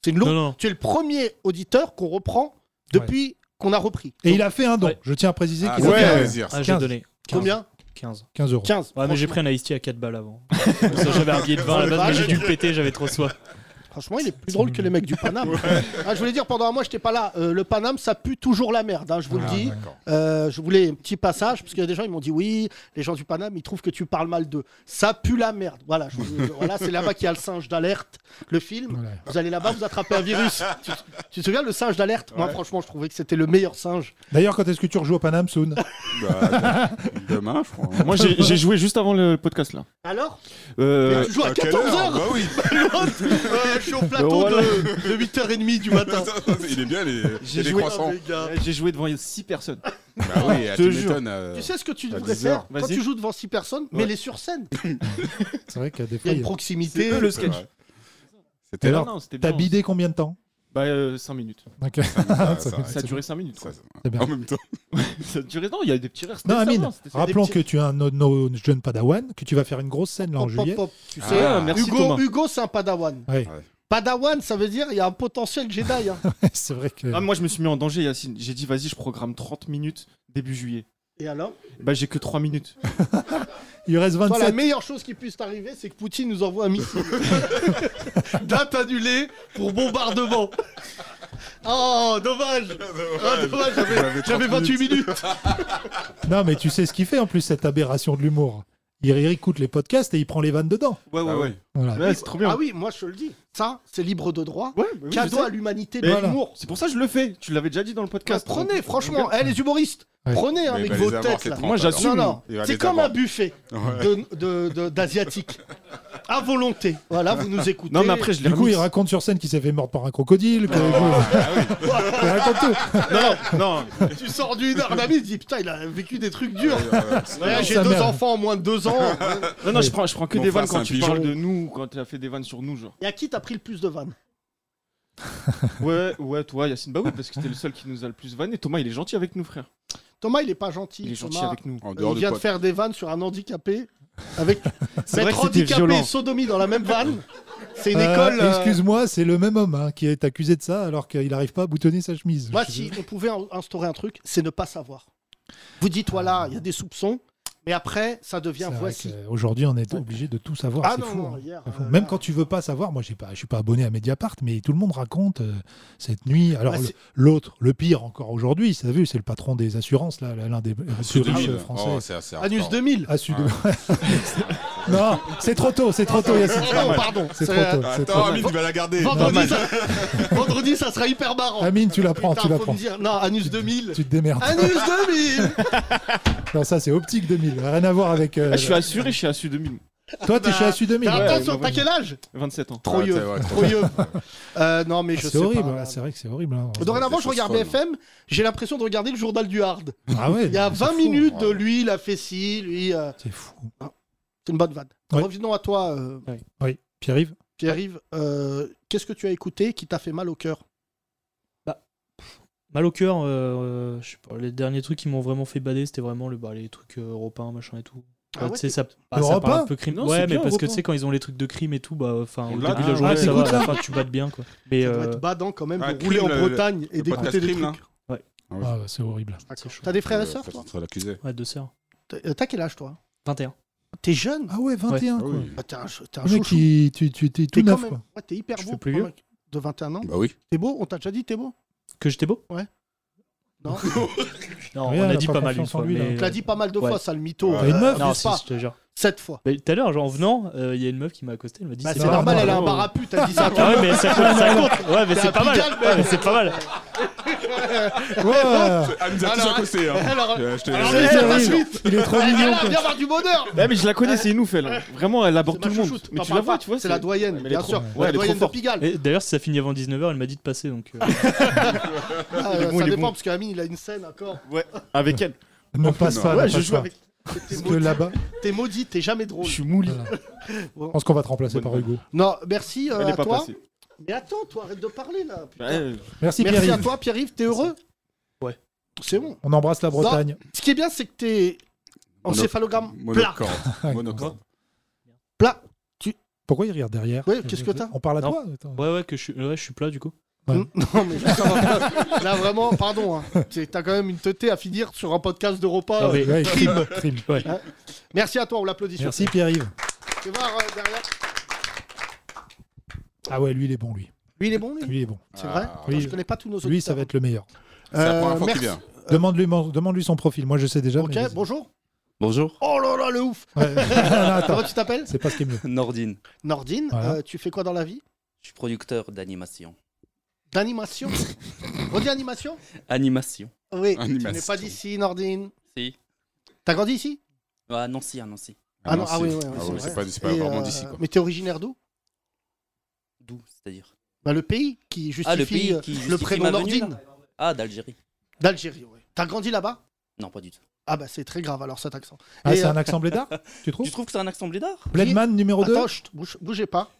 D: C'est une longue.
H: Non, non.
D: Tu es le premier auditeur qu'on reprend depuis qu'on a repris.
E: Et il a fait un don.
H: Ouais.
E: Je tiens à préciser
F: Ah,
E: qu'il
F: ça
E: a
F: fait
E: fait un don.
F: plaisir.
H: Ah, j'ai
E: 15.
H: donné. 15.
D: Combien
H: 15.
E: 15 euros.
D: 15.
H: Ouais, mais j'ai
D: Franchement-
H: pris un iced tea à 4 balles avant. Parce que J'avais un billet de 20 à la base, mais j'ai dû le péter, j'avais trop soif.
D: Franchement, il est plus drôle que les mecs du Paname. Ah, je voulais dire, pendant un mois, j'étais pas là. Euh, le Paname, ça pue toujours la merde, hein, je vous
E: Ah,
D: le dis. Euh, je voulais un petit passage, parce qu'il y a des gens, ils m'ont dit oui, les gens du Paname, ils trouvent que tu parles mal d'eux. Ça pue la merde. Voilà, je vous- voilà c'est là-bas qu'il y a le singe d'alerte, le film.
E: Voilà.
D: Vous allez là-bas, vous attrapez un virus. tu, tu te souviens, le singe d'alerte Moi, franchement, je trouvais que c'était le meilleur singe.
E: D'ailleurs, quand est-ce que tu rejoues au Paname, Soon
F: Bah, demain, je crois. hein.
G: Moi, j'ai j'ai joué juste avant le podcast là.
D: Alors
G: Euh,
D: Mais Tu joues à
F: quelle
D: 14
F: heure
D: heures
F: Bah oui.
D: L'autre, euh, Je suis au plateau
G: Voilà.
D: de, de 8h30 du matin.
F: Il est bien, les,
G: J'ai
F: il est
G: joué-
F: croissant.
D: les gars.
G: j'ai joué devant 6 personnes.
F: Bah oui,
G: te
F: tu
G: jure.
F: m'étonnes. euh,
D: Tu sais ce que tu
F: à
D: devrais
F: 10 heures.
D: faire quand
G: Vas-y.
D: tu joues devant 6 personnes, mais
G: Ouais.
D: les sur scène.
E: C'est vrai qu'il y a des
D: Il y
E: fois.
D: a une
E: il y a-
D: proximité.
G: eux, le
F: c'est
G: sketch.
F: vrai.
E: Et
F: C'était
E: alors,
G: Non, non, c'était
E: T'as
G: bien.
E: bidé combien de temps euh,
G: Bah, 5 minutes.
E: Ok.
F: ça,
E: Ça
F: ça,
E: fait-
G: Ça a
E: Ah, c'est
G: duré 5 minutes. quoi.
F: ça, ça-
E: c'est bien.
F: En même temps,
G: Ça a duré. Non, il y a eu des petits rires. c'était
E: Non,
G: ça,
E: Amine,
G: non, c'était- c'était des
E: rappelons
G: petits-
E: que tu es un de nos jeunes Padawan, que tu vas faire une grosse scène là en
D: Pop, pop,
E: juillet.
D: pop. Tu
F: Ah,
D: sais,
G: Ah, merci
D: Hugo,
G: Thomas.
D: Hugo c'est un padawan.
E: Ouais,
D: Padawan, ça veut dire il y a un potentiel Jedi. hein.
E: c'est vrai que.
G: Ah, moi, je me suis mis en danger, Yacine. J'ai dit, vas-y, je programme 30 minutes début juillet.
D: Et alors
G: Bah, j'ai que 3 minutes.
E: Il reste
D: Toi, la
E: 27.
D: meilleure chose qui puisse t'arriver, c'est que Poutine nous envoie un missile. Date annulée pour bombardement. Oh, dommage. Ah, dommage, j'avais- J'avais 28 minutes.
E: Non, mais tu sais ce qu'il fait en plus, cette aberration de l'humour. Il réécoute les podcasts et il prend les vannes dedans.
G: Ouais, ouais,
F: Ah
G: ouais.
F: ouais.
E: Voilà.
G: Ouais, c'est trop bien.
D: Ah oui, moi je te le dis. Ça, c'est libre de droit.
G: Ouais, bah oui, je
D: Cadeau
G: sais.
D: à l'humanité de
E: Mais voilà.
D: l'humour.
G: C'est pour ça que je le fais. Tu l'avais déjà dit dans le podcast.
D: Prenez,
G: Donc,
D: franchement, eh, les humoristes,
E: Ouais.
D: prenez hein,
F: Mais il
D: avec
F: va
D: vos
F: les avoir,
D: têtes.
F: ces
D: là.
F: 30,
G: Moi,
F: alors.
G: j'assume.
D: Non, non,
F: Il va
D: c'est
F: les
D: comme
F: avoir.
D: un buffet de- de- de- d'asiatiques. À volonté. Voilà, vous nous écoutez.
G: Non, mais après, je l'ai
E: Du coup,
G: remis.
E: il raconte sur scène qu'il s'est fait mordre par un crocodile.
D: Ah
E: que- Il raconte tout.
G: Non,
D: tu sors d'une heure d'amis, tu te dis putain, il a vécu des trucs durs. Ouais,
E: non,
D: J'ai
E: sa
D: deux
E: mère.
D: enfants en moins de deux ans.
G: non, non, je prends, je prends que
F: Mon
G: des
F: frère,
G: vannes
F: c'est un
G: quand tu
F: pigeon.
G: parles de nous, quand tu as fait des vannes sur nous, genre.
D: Et à qui t'as pris le plus de vannes
G: Ouais, ouais, toi, Yacine, bah oui, parce que t'es le seul qui nous a le plus vanné. Thomas, il est gentil avec nous, frère.
D: Thomas, il est pas gentil.
G: Il est gentil
D: Thomas.
G: avec nous.
F: En dehors
D: Il
F: du
D: vient de
F: podcast.
D: faire des vannes sur un handicapé. Avec
G: C'est vrai
D: mettre
G: que c'était
D: handicapé
G: violent.
D: et sodomie dans la même vanne. C'est une
E: Euh,
D: école. euh,
E: Excuse-moi, c'est le même homme hein, qui est accusé de ça alors qu'il n'arrive pas à boutonner sa chemise.
D: Moi,
E: Je-
D: si on pouvait en- instaurer un truc, c'est ne pas savoir. Vous dites, voilà, il y a des soupçons, mais après, ça
E: C'est
D: devient
E: vrai
D: voici.
E: que Aujourd'hui, on est obligé de tout savoir.
D: Ah
E: c'est
D: non,
E: fou.
D: non,
E: hein.
D: hier,
E: C'est fou.
D: euh,
E: Même
D: là-
E: quand tu veux pas savoir, moi, j'ai pas, je suis pas abonné à Mediapart, mais tout le monde raconte euh, cette nuit. Alors
D: Bah,
E: le-
D: c'est-
E: l'autre, le pire encore aujourd'hui, ça vu, c'est le patron des assurances là, l'un des plus riches
G: Oh,
E: euh, français.
F: c'est assez
D: Anus
F: hardcore.
D: 2000.
E: Ah, sud- non, c'est trop tôt, c'est trop tôt, Yacine.
D: Oh non, pardon.
E: C'est
D: C'est,
E: trop tôt. c'est trop
F: Attends,
E: tôt.
F: Amine, tu vas la garder.
D: Vendredi, ça... Vendredi, ça sera hyper marrant.
E: Amine, Ah, tu la prends,
D: Putain,
E: tu la
D: faut
E: prends.
D: me dire- Ah. Non, Anus 2000.
E: Tu te démerdes.
D: Anus 2000
E: Non, ça, c'est optique 2000. Rien à voir avec. euh,
G: Ah, je suis assuré, je suis à Sud 2000.
E: Toi, t'es chez Assu 2000.
D: Mais
E: Ouais.
D: attention, t'as quel âge
G: 27 ans.
D: Trop
F: Ouais,
D: yeux,
F: t'es- ouais,
D: trop yeux. Euh, Non, mais je
E: Ah, C'est
D: sais
E: horrible,
D: pas.
E: ouais, c'est vrai que c'est horrible. hein.
D: Dorénavant,
F: Des
D: je
F: choses
D: regarde
F: folles.
D: BFM, j'ai l'impression de regarder le journal du Hard.
E: Ah ouais,
D: Il y a
E: c'est
D: 20
E: fou. hein.
D: minutes de
F: ouais.
D: lui, la fessille, lui. euh,
E: C'est fou.
D: C'est une bonne vanne.
E: Ouais.
D: Revenons à toi, euh,
E: Oui, Pierre-Yves.
D: Pierre-Yves, euh, qu'est-ce que tu as écouté qui t'a fait mal au cœur
H: Mal au cœur, euh, euh, je sais pas, les derniers trucs qui m'ont vraiment fait bader, c'était vraiment le, bah, les trucs euh, européens, machin et tout.
D: Ah
H: Ouais,
D: ouais,
H: tu sais, ça, bah,
E: Le
H: ça parle
E: repas
H: un peu crime.
G: Non, c'est
H: ouais, mais
G: bien,
H: parce que
G: repas.
H: tu sais, quand ils ont les trucs de crime et tout, bah, enfin, au
F: On
H: début
F: l'a-
H: de la
F: Ah,
H: journée, ça va,
E: t'écoutes,
H: à la
E: là
H: fin, tu battes bien, quoi. Mais,
D: Ça doit
H: euh,
D: être badant quand même
F: ah,
D: de rouler
F: crime,
D: en
F: le-
D: Bretagne et
F: le podcast
D: d'écouter des
F: crime, là.
D: trucs.
F: Ouais.
E: Ah, ouais, c'est horrible.
D: T'as des frères et
F: Euh,
D: sœurs,
F: faut
D: toi
F: être l'accusé.
H: ouais, deux sœurs.
D: T'as euh, t'as quel âge, toi
H: 21.
D: T'es jeune
E: Ah ouais, 21
F: Ah
E: quoi.
F: oui.
D: Bah, T'es un, ch- t'es un
E: Le mec,
D: chouchou.
E: il- tu, tu, tu- tout
D: T'es quand
E: neuf
D: même-
E: quoi.
D: ouais, t'es hyper
H: Je
D: beau
H: fais plus
D: pour un
H: vieux.
D: mec de 21 ans.
F: Bah oui.
D: T'es beau On t'a déjà dit t'es beau
H: Que j'étais beau
D: Non
H: Non,
E: Rien,
H: on
E: elle a
H: a dit
E: pas
H: pas, mal une
E: confiance en
H: fois.
E: lui, là.
H: mais-
D: Tu l'as dit pas mal de
H: Ouais.
D: fois, ça, le mytho. Euh,
F: T'as
E: une meuf
H: Non,
D: Non,
H: si, je te jure.
D: Sept fois.
H: Mais tout à l'heure, genre, en venant, euh, il y a une meuf qui m'a accosté, elle m'a dit
D: Bah, c'est
E: pas
H: pas
D: normal,
E: normal.
D: elle a un
H: Oh.
D: bar à pute, t'as dit ça.
H: Ah ouais, mais ça compte, ça compte. Ouais, mais
D: T'es un
H: c'est pas mal.
D: pigalle,
H: Ouais, mais c'est pas mal.
E: Ouais.
F: Amine, ça tous
D: Alors,
F: accosté. hein.
D: Alors,
F: Euh, je te-
D: alors,
F: je te-
E: c'est
D: eh, la
E: horrible.
D: suite.
E: Il est trop
D: Eh,
E: mignon
D: viens,
E: quoi.
D: viens voir du bonheur
G: Ouais, mais je la connais, c'est une ouf, elle. hein. Vraiment, elle
D: C'est
G: aborde
D: ma
G: tout le monde.
D: chouchoute,
G: Mais
D: t'en
G: tu la
D: parles
G: vois,
D: pas,
G: tu vois.
D: C'est la doyenne,
G: Ouais, mais elle est
D: bien
G: trop-
D: sûr.
G: ouais,
D: la
G: elle est trop
D: doyenne de
G: forte.
D: Pigalle.
H: Et D'ailleurs, si ça finit avant 19h, elle m'a dit de passer, donc. euh,
D: Ah,
G: il est bon,
D: ça
G: il est
D: Ah, dépend
G: bon.
D: parce qu'Amine il a une scène encore.
G: Ouais, avec elle.
E: Ne passe pas.
G: Ouais,
E: ne
G: je
E: passe
G: joue
E: pas.
G: avec.
D: T'es
E: Parce que
D: maudit,
E: là-bas,
D: t'es maudit, t'es jamais drôle.
G: suis mouli.
E: voilà. je pense qu'on va te remplacer par Hugo.
D: Non, merci euh,
G: Elle est
D: à
G: pas
D: toi.
G: passée.
D: Mais attends, toi, arrête de parler là. putain.
G: Ouais,
E: Merci,
D: Merci à
E: Pierre.
D: toi, Pierre-Yves, t'es heureux
H: Ouais.
D: C'est bon.
E: On embrasse la Bretagne.
D: Ce qui est bien, c'est que t'es en
F: Mono-
D: céphalogramme plat.
F: Monocorde. Monocorde.
D: Plat.
E: Pourquoi il regarde derrière
D: Oui, qu'est-ce que t'as
E: On parle à
H: Non.
E: toi Attends.
H: Ouais, ouais, que je suis, ouais, je suis plat du coup.
D: Non, mais là, ça va pas. Là, vraiment, pardon. hein. C'est- T'as quand même une teuté à finir sur un podcast de repas.
H: Ah oui.
E: Ouais, crime, crime.
D: Merci à toi, on l'applaudit. s'il
E: Merci Pierre-Yves.
D: te plaît. Tu vas voir euh, derrière.
E: Ah ouais, lui il est bon, lui.
D: Lui, il est bon, lui.
E: Lui il est bon.
D: C'est vrai
F: Ah,
E: Oui.
D: Je connais pas tous nos auditeurs.
E: Lui ça va être le meilleur.
F: C'est la
D: Euh,
F: première fois
D: merci.
F: qu'il vient.
E: Demande-lui demande-lui son profil. Moi je sais déjà.
D: Ok,
E: mais-
D: bonjour.
I: Bonjour,
D: Oh là là, le ouf.
E: Ouais. Non, attends,
D: Comment tu t'appelles
E: c'est pas ce qui est mieux.
I: Nordine.
D: Nordine.
E: Voilà.
D: euh, tu fais quoi dans la vie
I: Je suis producteur d'animation.
D: D'animation On dit animation
I: Animation.
D: Oui. Tu n'es
F: Animation.
D: pas d'ici, Nordine.
I: Si.
D: T'as grandi ici
I: À Nancy, à Nancy.
D: Ah non, ah
F: si.
D: oui, oui, oui,
F: Ah
D: c'est
F: oui,
D: vrai.
F: c'est pas, c'est pas
D: Et,
F: vraiment
D: euh,
F: d'ici. quoi.
D: Mais t'es originaire d'où
I: D'où, c'est-à-dire
D: bah, Le pays qui justifie,
I: Ah, le pays
D: euh,
I: qui
D: le
I: justifie
D: prénom
I: ma venue,
D: Nordine
I: là Ah, d'Algérie.
D: d'Algérie. ouais. T'as grandi là-bas
I: Non, pas du tout.
D: Ah bah c'est très grave alors cet accent.
E: Ah,
D: Et,
E: c'est
D: euh,
E: un accent blédard Tu trouves
I: Tu trouves que c'est un accent blédard
E: Bledman numéro 2
D: Attends, chut, bouge- bougez pas.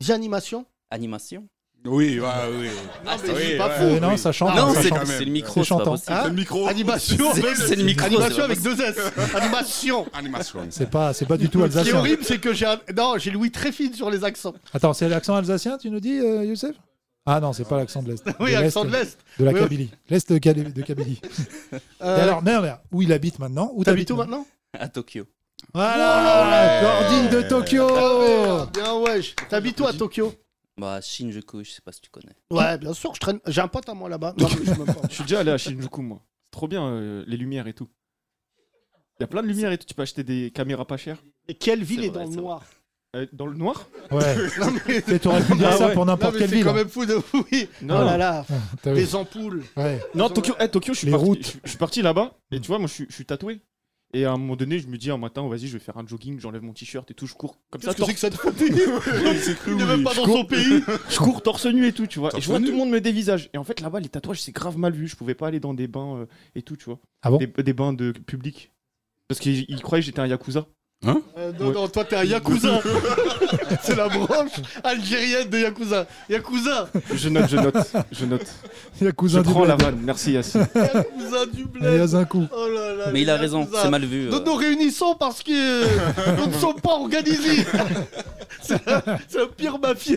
D: Dis animation.
I: Animation
F: Oui, ouais, oui.
I: Ah,
D: mais
I: oui.
D: c'est pas
F: ouais,
D: fou.
F: oui.
E: Euh, Non, ça chante.
I: Non,
E: ça
I: c'est
E: chante.
F: quand même.
I: Oh, c'est le
E: C'est
I: micro, c'est pas
E: chantant. Ah.
I: possible.
D: Hein
F: Le micro.
D: animation
I: C'est-
D: avec,
I: c'est le micro,
D: animation
I: c'est
D: avec deux S. animation. Ah,
F: Animation.
E: C'est pas, c'est pas du tout
D: Ce qui est
E: alsacien.
D: horrible, c'est que j'ai un... Non, j'ai Louis très fine sur les accents.
E: Attends, c'est l'accent alsacien, tu nous dis, euh, Youssef Ah non, c'est pas l'accent de l'Est.
D: Oui, accent de l'Est.
E: De la
D: Oui.
E: Kabylie. L'Est de Kali- de Kabylie. Et
D: Euh,
E: alors, merde, merde, où il habite maintenant Où
D: T'habites
E: t'habites
D: où maintenant
I: À Tokyo.
E: Voilà Gordine de Tokyo
D: Oh, Bien, wesh. T'habites où à Tokyo
I: Bah, Shinjuku, je sais pas si tu connais.
D: Ouais, bien sûr, je traîne. J'ai un pote à moi là-bas. Non, mais je sais même pas.
G: Je suis déjà allé à Shinjuku, moi. C'est trop bien, euh, les lumières et tout. Il y a plein de lumières et tout. Tu peux acheter des caméras pas chères.
D: Et Quelle ville
I: C'est
D: est dans
I: vrai,
D: le
I: c'est vrai.
D: noir
G: Euh, dans le noir
E: Ouais,
D: Non, mais
E: mais t'aurais pu dire
G: Ah
E: ça
G: ouais.
E: pour
D: non,
E: n'importe
D: mais
E: quelle
D: c'est
E: ville. hein.
D: quand même fou de fou. Oui.
G: Non,
D: hein. Oh là là,
E: T'as vu
D: les ampoules.
E: Ouais.
G: non Tokyo, eh, Tokyo je, suis
E: Les
G: parti,
E: routes.
G: je, suis- je suis parti là-bas. Et tu vois, moi, je suis, je suis tatoué. Et à un moment donné, je me dis un matin, oh, vas-y, je vais faire un jogging, j'enlève mon t-shirt et tout, je cours comme ça.
D: Qu'est-ce que c'est
G: torse-
D: que cette photo Il n'est même pas dans son pays.
G: Je cours torse nu et tout, tu vois. Et
F: Torse
G: je vois tout
F: nu.
G: le monde me dévisage. Et en fait, là-bas, les tatouages, c'est grave mal vu. Je pouvais pas aller dans des bains euh, et tout, tu vois.
E: Ah bon
G: des, des bains de public. Parce qu'ils ils croyaient que j'étais un yakuza.
D: Euh, non, non, toi, t'es un Yakuza. c'est la branche algérienne de Yakuza. Yakuza.
G: Je note, je note, je note.
E: Il y a
G: Je
E: cousin du
G: prends la
E: bled.
G: vanne, merci Yassine.
D: Yakuza du
E: Il y
D: bled.
E: a un coup.
D: Oh là là.
I: Ah, Mais
D: les
I: il a raison,
D: Yakuza.
I: c'est mal vu.
D: Nous
I: euh.
D: nous réunissons parce que euh, nous ne sommes pas organisés. c'est la, c'est la pire mafia.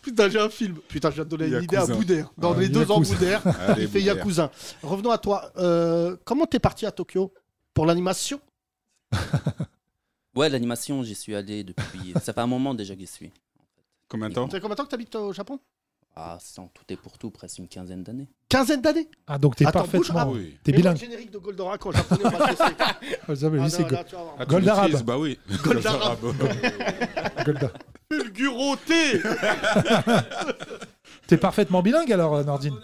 D: Putain, j'ai un film. Putain, j'ai donné une idée à
F: Yakuza.
D: Boudère. Dans
E: Ah,
D: les deux ans,
E: Yakuza.
D: Boudère, il fait Yakuza. Revenons à toi. Euh, comment t'es parti à Tokyo Pour l'animation
I: Ouais, l'animation, j'y suis allé depuis. ça fait un moment déjà que j'y suis.
F: Combien de temps
D: Ça fait combien de temps que t'habites au Japon
I: Ah, sans tout et pour tout, presque une quinzaine d'années.
D: Quinzaine d'années
E: Ah, donc t'es
D: Attends,
E: parfaitement.
D: bouge,
F: Oui.
E: T'es
D: Mets-moi le
E: bilingue.
D: générique de Goldorak en japonais. on va te laisser.
E: Ah, ça, mais
D: Ah
E: lui, c'est
D: non, là, tu vas voir.
F: Ah, tu
E: Gold
F: maîtrises,
E: arabe.
F: Bah oui.
D: Gold arabe.
E: Go- Golda.
D: Fulguroté
E: T'es parfaitement bilingue alors, euh, Nordine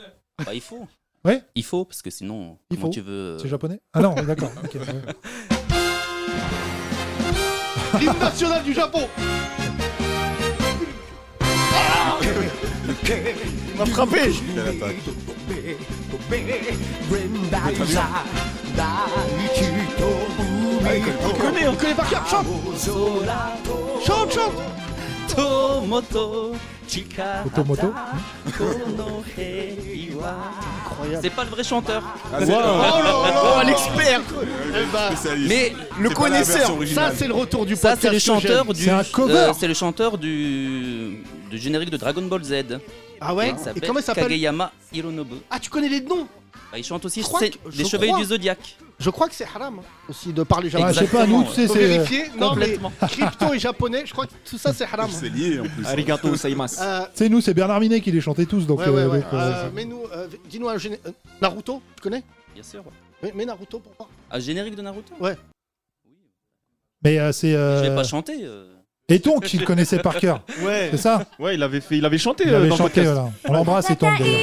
I: Bah, il faut.
E: Ouais.
I: Il faut, parce que sinon,
E: Il
I: comment
E: faut.
I: tu veux. euh,
E: C'est japonais Ah non, d'accord. ok, ouais.
D: L'hymne national du Japon Ah! Il m'a frappé
F: Il a l'attaque.
D: On connaît, on connaît par cœur, chante Chante, chante
E: Automoto.
I: C'est pas le vrai chanteur.
F: Ah,
D: Oh là là
G: l'expert
D: Eh ben,
I: Mais
F: le connaisseur.
D: Ça, c'est le retour du
I: ça,
D: podcast
I: c'est le
D: que
I: chanteur
D: j'aime.
I: du.
E: C'est un cover.
I: euh, c'est le chanteur du. du générique de Dragon Ball Z.
D: Ah ouais
I: Il
D: Et comment il s'appelle
I: Kageyama Hironobu.
D: Ah, tu connais les noms
I: Bah, il chante aussi
D: Je crois
I: c'est-
D: que- je
I: les chevaliers
D: crois.
I: du zodiaque.
D: Je crois que c'est haram, hein, aussi, de parler
E: Ah,
D: japonais.
E: je sais pas, nous, tu sais,
D: Faut
E: c'est. euh,
D: vérifier, non mais crypto et japonais, je crois que tout ça c'est haram. hein.
F: C'est lié en plus.
G: Arigato Saimas.
D: Euh,
E: Tu sais, nous, c'est Bernard Minet qui les chantait tous. Donc,
D: ouais, ouais,
E: euh,
D: ouais.
E: donc, euh,
D: Euh, Mets-nous, euh, dis-nous un géné- euh, Naruto, tu connais
I: Bien sûr.
D: Mais mais Naruto, pourquoi
I: Ah, générique de Naruto
D: Ouais.
E: Mais euh, c'est.
I: Je l'ai
E: Euh...
I: pas chanté. euh.
E: Et donc, il connaissait par cœur.
G: Ouais,
E: C'est ça
G: ouais, il avait fait, il avait chanté
E: Il
G: euh,
E: avait
G: dans
E: chanté,
G: le podcast.
E: voilà. On l'embrasse et tombe d'ailleurs.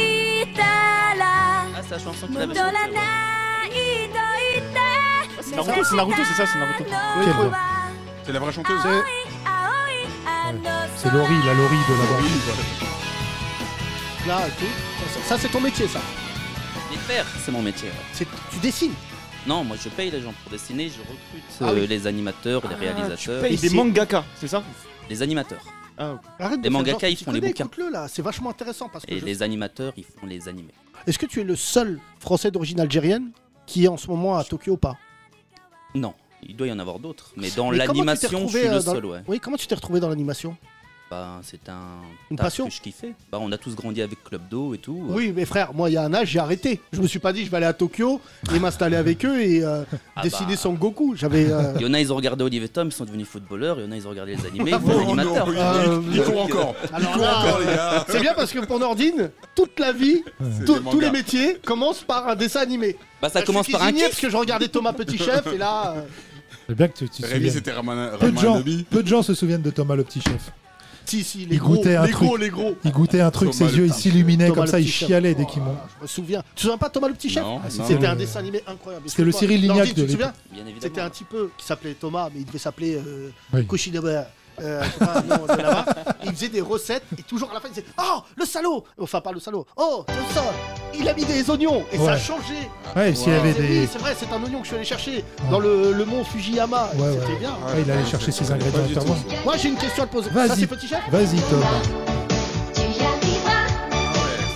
I: Ah, c'est la chanson qu'il avait chantée.
C: Naruto,
G: Ah, c'est Naruto, c'est Naruto, c'est ça, c'est Naruto.
E: Quel bon.
F: C'est la vraie
C: Ah.
F: chanteuse.
E: C'est Laurie, la Laurie de la Laurie.
D: Là, ok. Ça, ça, c'est ton métier, ça.
I: Les faire, c'est mon métier. ouais.
D: C'est- Tu dessines.
I: Non, moi je paye les gens pour dessiner, je recrute
G: Ah
I: euh,
G: oui.
I: les animateurs, les
G: Ah,
I: réalisateurs,
G: Et des mangaka, c'est ça
I: les animateurs.
G: Ah, ok.
J: Arrête de
I: Les
J: faire
I: mangaka,
J: genre que
I: ils
J: tu
I: font les
J: connais,
I: bouquins.
J: écoute-le, là, c'est vachement intéressant parce que.
I: Et
J: je-
I: les animateurs, ils font les animés.
D: Est-ce que tu es le seul Français d'origine algérienne qui est en ce moment à Tokyo ou pas
I: Non, il doit y en avoir d'autres. Mais dans
D: Mais comment tu t'es
I: l'animation, je
D: retrouvé,
I: suis
D: euh,
I: le
D: dans-
I: seul, ouais.
D: Oui, comment tu t'es retrouvé dans l'animation
I: Bah, c'est un
D: Une
I: taf
D: passion.
I: que je kiffais. Bah, on a tous grandi avec Club Do et tout.
D: Oui, mais frère, moi, il y a un âge, j'ai arrêté. Je me suis pas dit, je vais aller à Tokyo et m'installer avec eux et euh,
I: Ah
D: dessiner
I: bah.
D: Son Goku. J'avais. euh,
I: Il y en a, ils ont regardé Olivier Tom, ils sont devenus footballeurs. Il y en a, ils ont regardé les animés, ils
D: Ah
I: sont
F: Oh, non,
I: animateurs.
F: ils-
D: Euh,
F: Ils courent encore.
D: Alors
F: Ils courent
D: là,
F: encore, les gars.
D: c'est bien parce que pour Nordine, toute la vie,
F: C'est
D: tous-
F: des
D: tous
F: mangas.
D: les métiers commencent par un dessin animé.
I: Bah,
D: Là, Ah,
I: ça
D: je
I: commence
D: suis
I: par un
D: cuisinier
I: kiff.
D: parce que je regardais Thomas Petit Chef et là. euh,
E: C'est bien que tu, tu te
F: Rémi,
E: souviennes.
F: c'était Raman
E: Peu de,
F: Raman
E: gens,
F: Adobi.
E: peu de gens se souviennent de Thomas le petit chef.
D: Si, si, les
E: Il
D: gros,
E: goûtait un
D: les gros,
E: truc.
D: les gros.
E: Il goûtait un truc,
F: Thomas
E: ses
F: le
E: yeux ils
F: petit-
E: s'illuminaient
D: Thomas
E: comme
D: le
E: ça, il
D: petit chef.
E: chialait dès
D: Oh,
E: qu'il monte.
D: Je me souviens. Tu te souviens pas Thomas le petit chef Ah,
F: Non, non,
E: c'était
D: C'était
E: le-
D: un dessin animé incroyable.
E: C'était le
D: Excuse-moi,
E: Cyril Lignac
D: Nordine,
E: de
D: Tu te souviens
I: Bien évidemment.
D: C'était un petit peu qui s'appelait Thomas, mais il devait s'appeler euh,
E: Oui.
D: Kushinaba, euh, je sais pas, non, de là-bas. Il faisait des recettes et toujours à la fin il disait Oh le salaud Enfin pas le salaud, oh le ça Il a mis des oignons et ça a
E: Ouais.
D: changé
E: Ouais, s'il y avait
D: C'est- oui,
E: des.
D: c'est vrai, c'est un oignon que je suis allé chercher dans le, le mont Fujiyama.
E: Ouais,
D: C'était
E: ouais.
D: bien.
E: Ah, il allait chercher ses ingrédients
F: Pas du
E: notamment.
F: tout, ça.
D: Moi j'ai une question à te poser.
E: Vas-y.
D: Ça c'est petit chef
E: Vas-y Tom.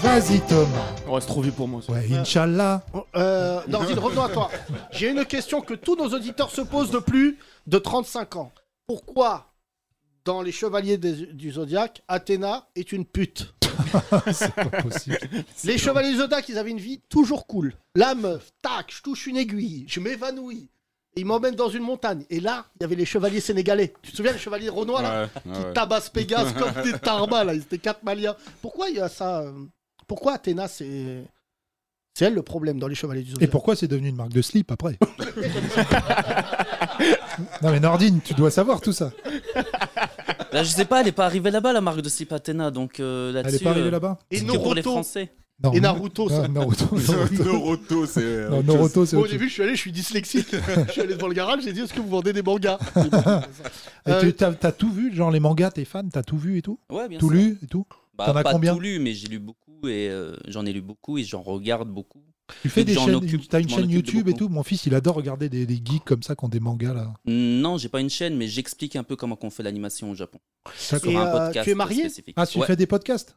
E: Vas-y Tom.
G: Oh, c'est trop vieux pour moi. ça.
E: Ouais, Inch'Allah.
D: Euh, Nordine, revenons à toi. J'ai une question que tous nos auditeurs se posent de plus de 35 ans. Pourquoi, dans Les Chevaliers des- du Zodiac, Athéna est une pute
E: Pas possible.
D: Les Chevaliers du Zodiac, ils avaient une vie toujours cool. La meuf, tac, je touche une aiguille, je m'évanouis. Ils m'emmènent dans une montagne. Et là, il y avait les Chevaliers sénégalais. Tu te souviens, les Chevaliers renois, là
F: Ouais,
D: Qui
F: ouais.
D: tabassent Pégase comme des tarbas, là. Ils étaient quatre maliens. Pourquoi il y a ça euh, Pourquoi Athéna, c'est. C'est elle le problème dans les Chevaliers du
E: Et
D: Zodiac.
E: pourquoi c'est devenu une marque de slip après Non mais Nordine, tu dois savoir tout ça.
I: Là, Ben, je sais pas, elle est pas arrivée là-bas, la marque de Cipatena. Donc euh,
E: Elle
I: là-dessus.
E: est pas arrivée
I: euh,
E: là-bas
D: Et
I: c'est pour les
D: Naruto,
I: Français.
E: Non.
D: Et Naruto, ça.
E: Ah, Naruto. Naruto.
F: Naruto, c'est. euh,
E: Non, Naruto, c'est
D: Moi, au
E: autre chose.
D: début, je suis allé, je suis dyslexique. je suis allé devant le garage, j'ai dit Est-ce que vous vendez des mangas J'ai dit,
E: Et
D: Euh,
E: tu- T'as t'as tout vu, genre les mangas, t'es fan, t'as tout vu et tout
I: Ouais, bien
E: Tout
I: sûr.
E: lu et tout
I: Bah,
E: T'en as
I: pas
E: combien
I: tout lu, mais j'ai lu beaucoup et euh, j'en ai lu beaucoup et j'en regarde beaucoup.
E: Tu fais
I: Et
E: des
I: j'en
E: chaînes,
I: occupe-
E: t'as une
I: je m'en
E: chaîne
I: occupe de
E: YouTube et
I: beaucoup.
E: tout. Mon fils, il adore regarder des, des geeks comme ça qui ont des mangas là.
I: Non, j'ai pas une chaîne, mais j'explique un peu comment on fait l'animation au Japon. Sur
D: Et,
I: un
D: euh,
I: podcast
D: tu es marié
I: spécifique.
E: Ah, tu
I: Ouais.
E: fais des podcasts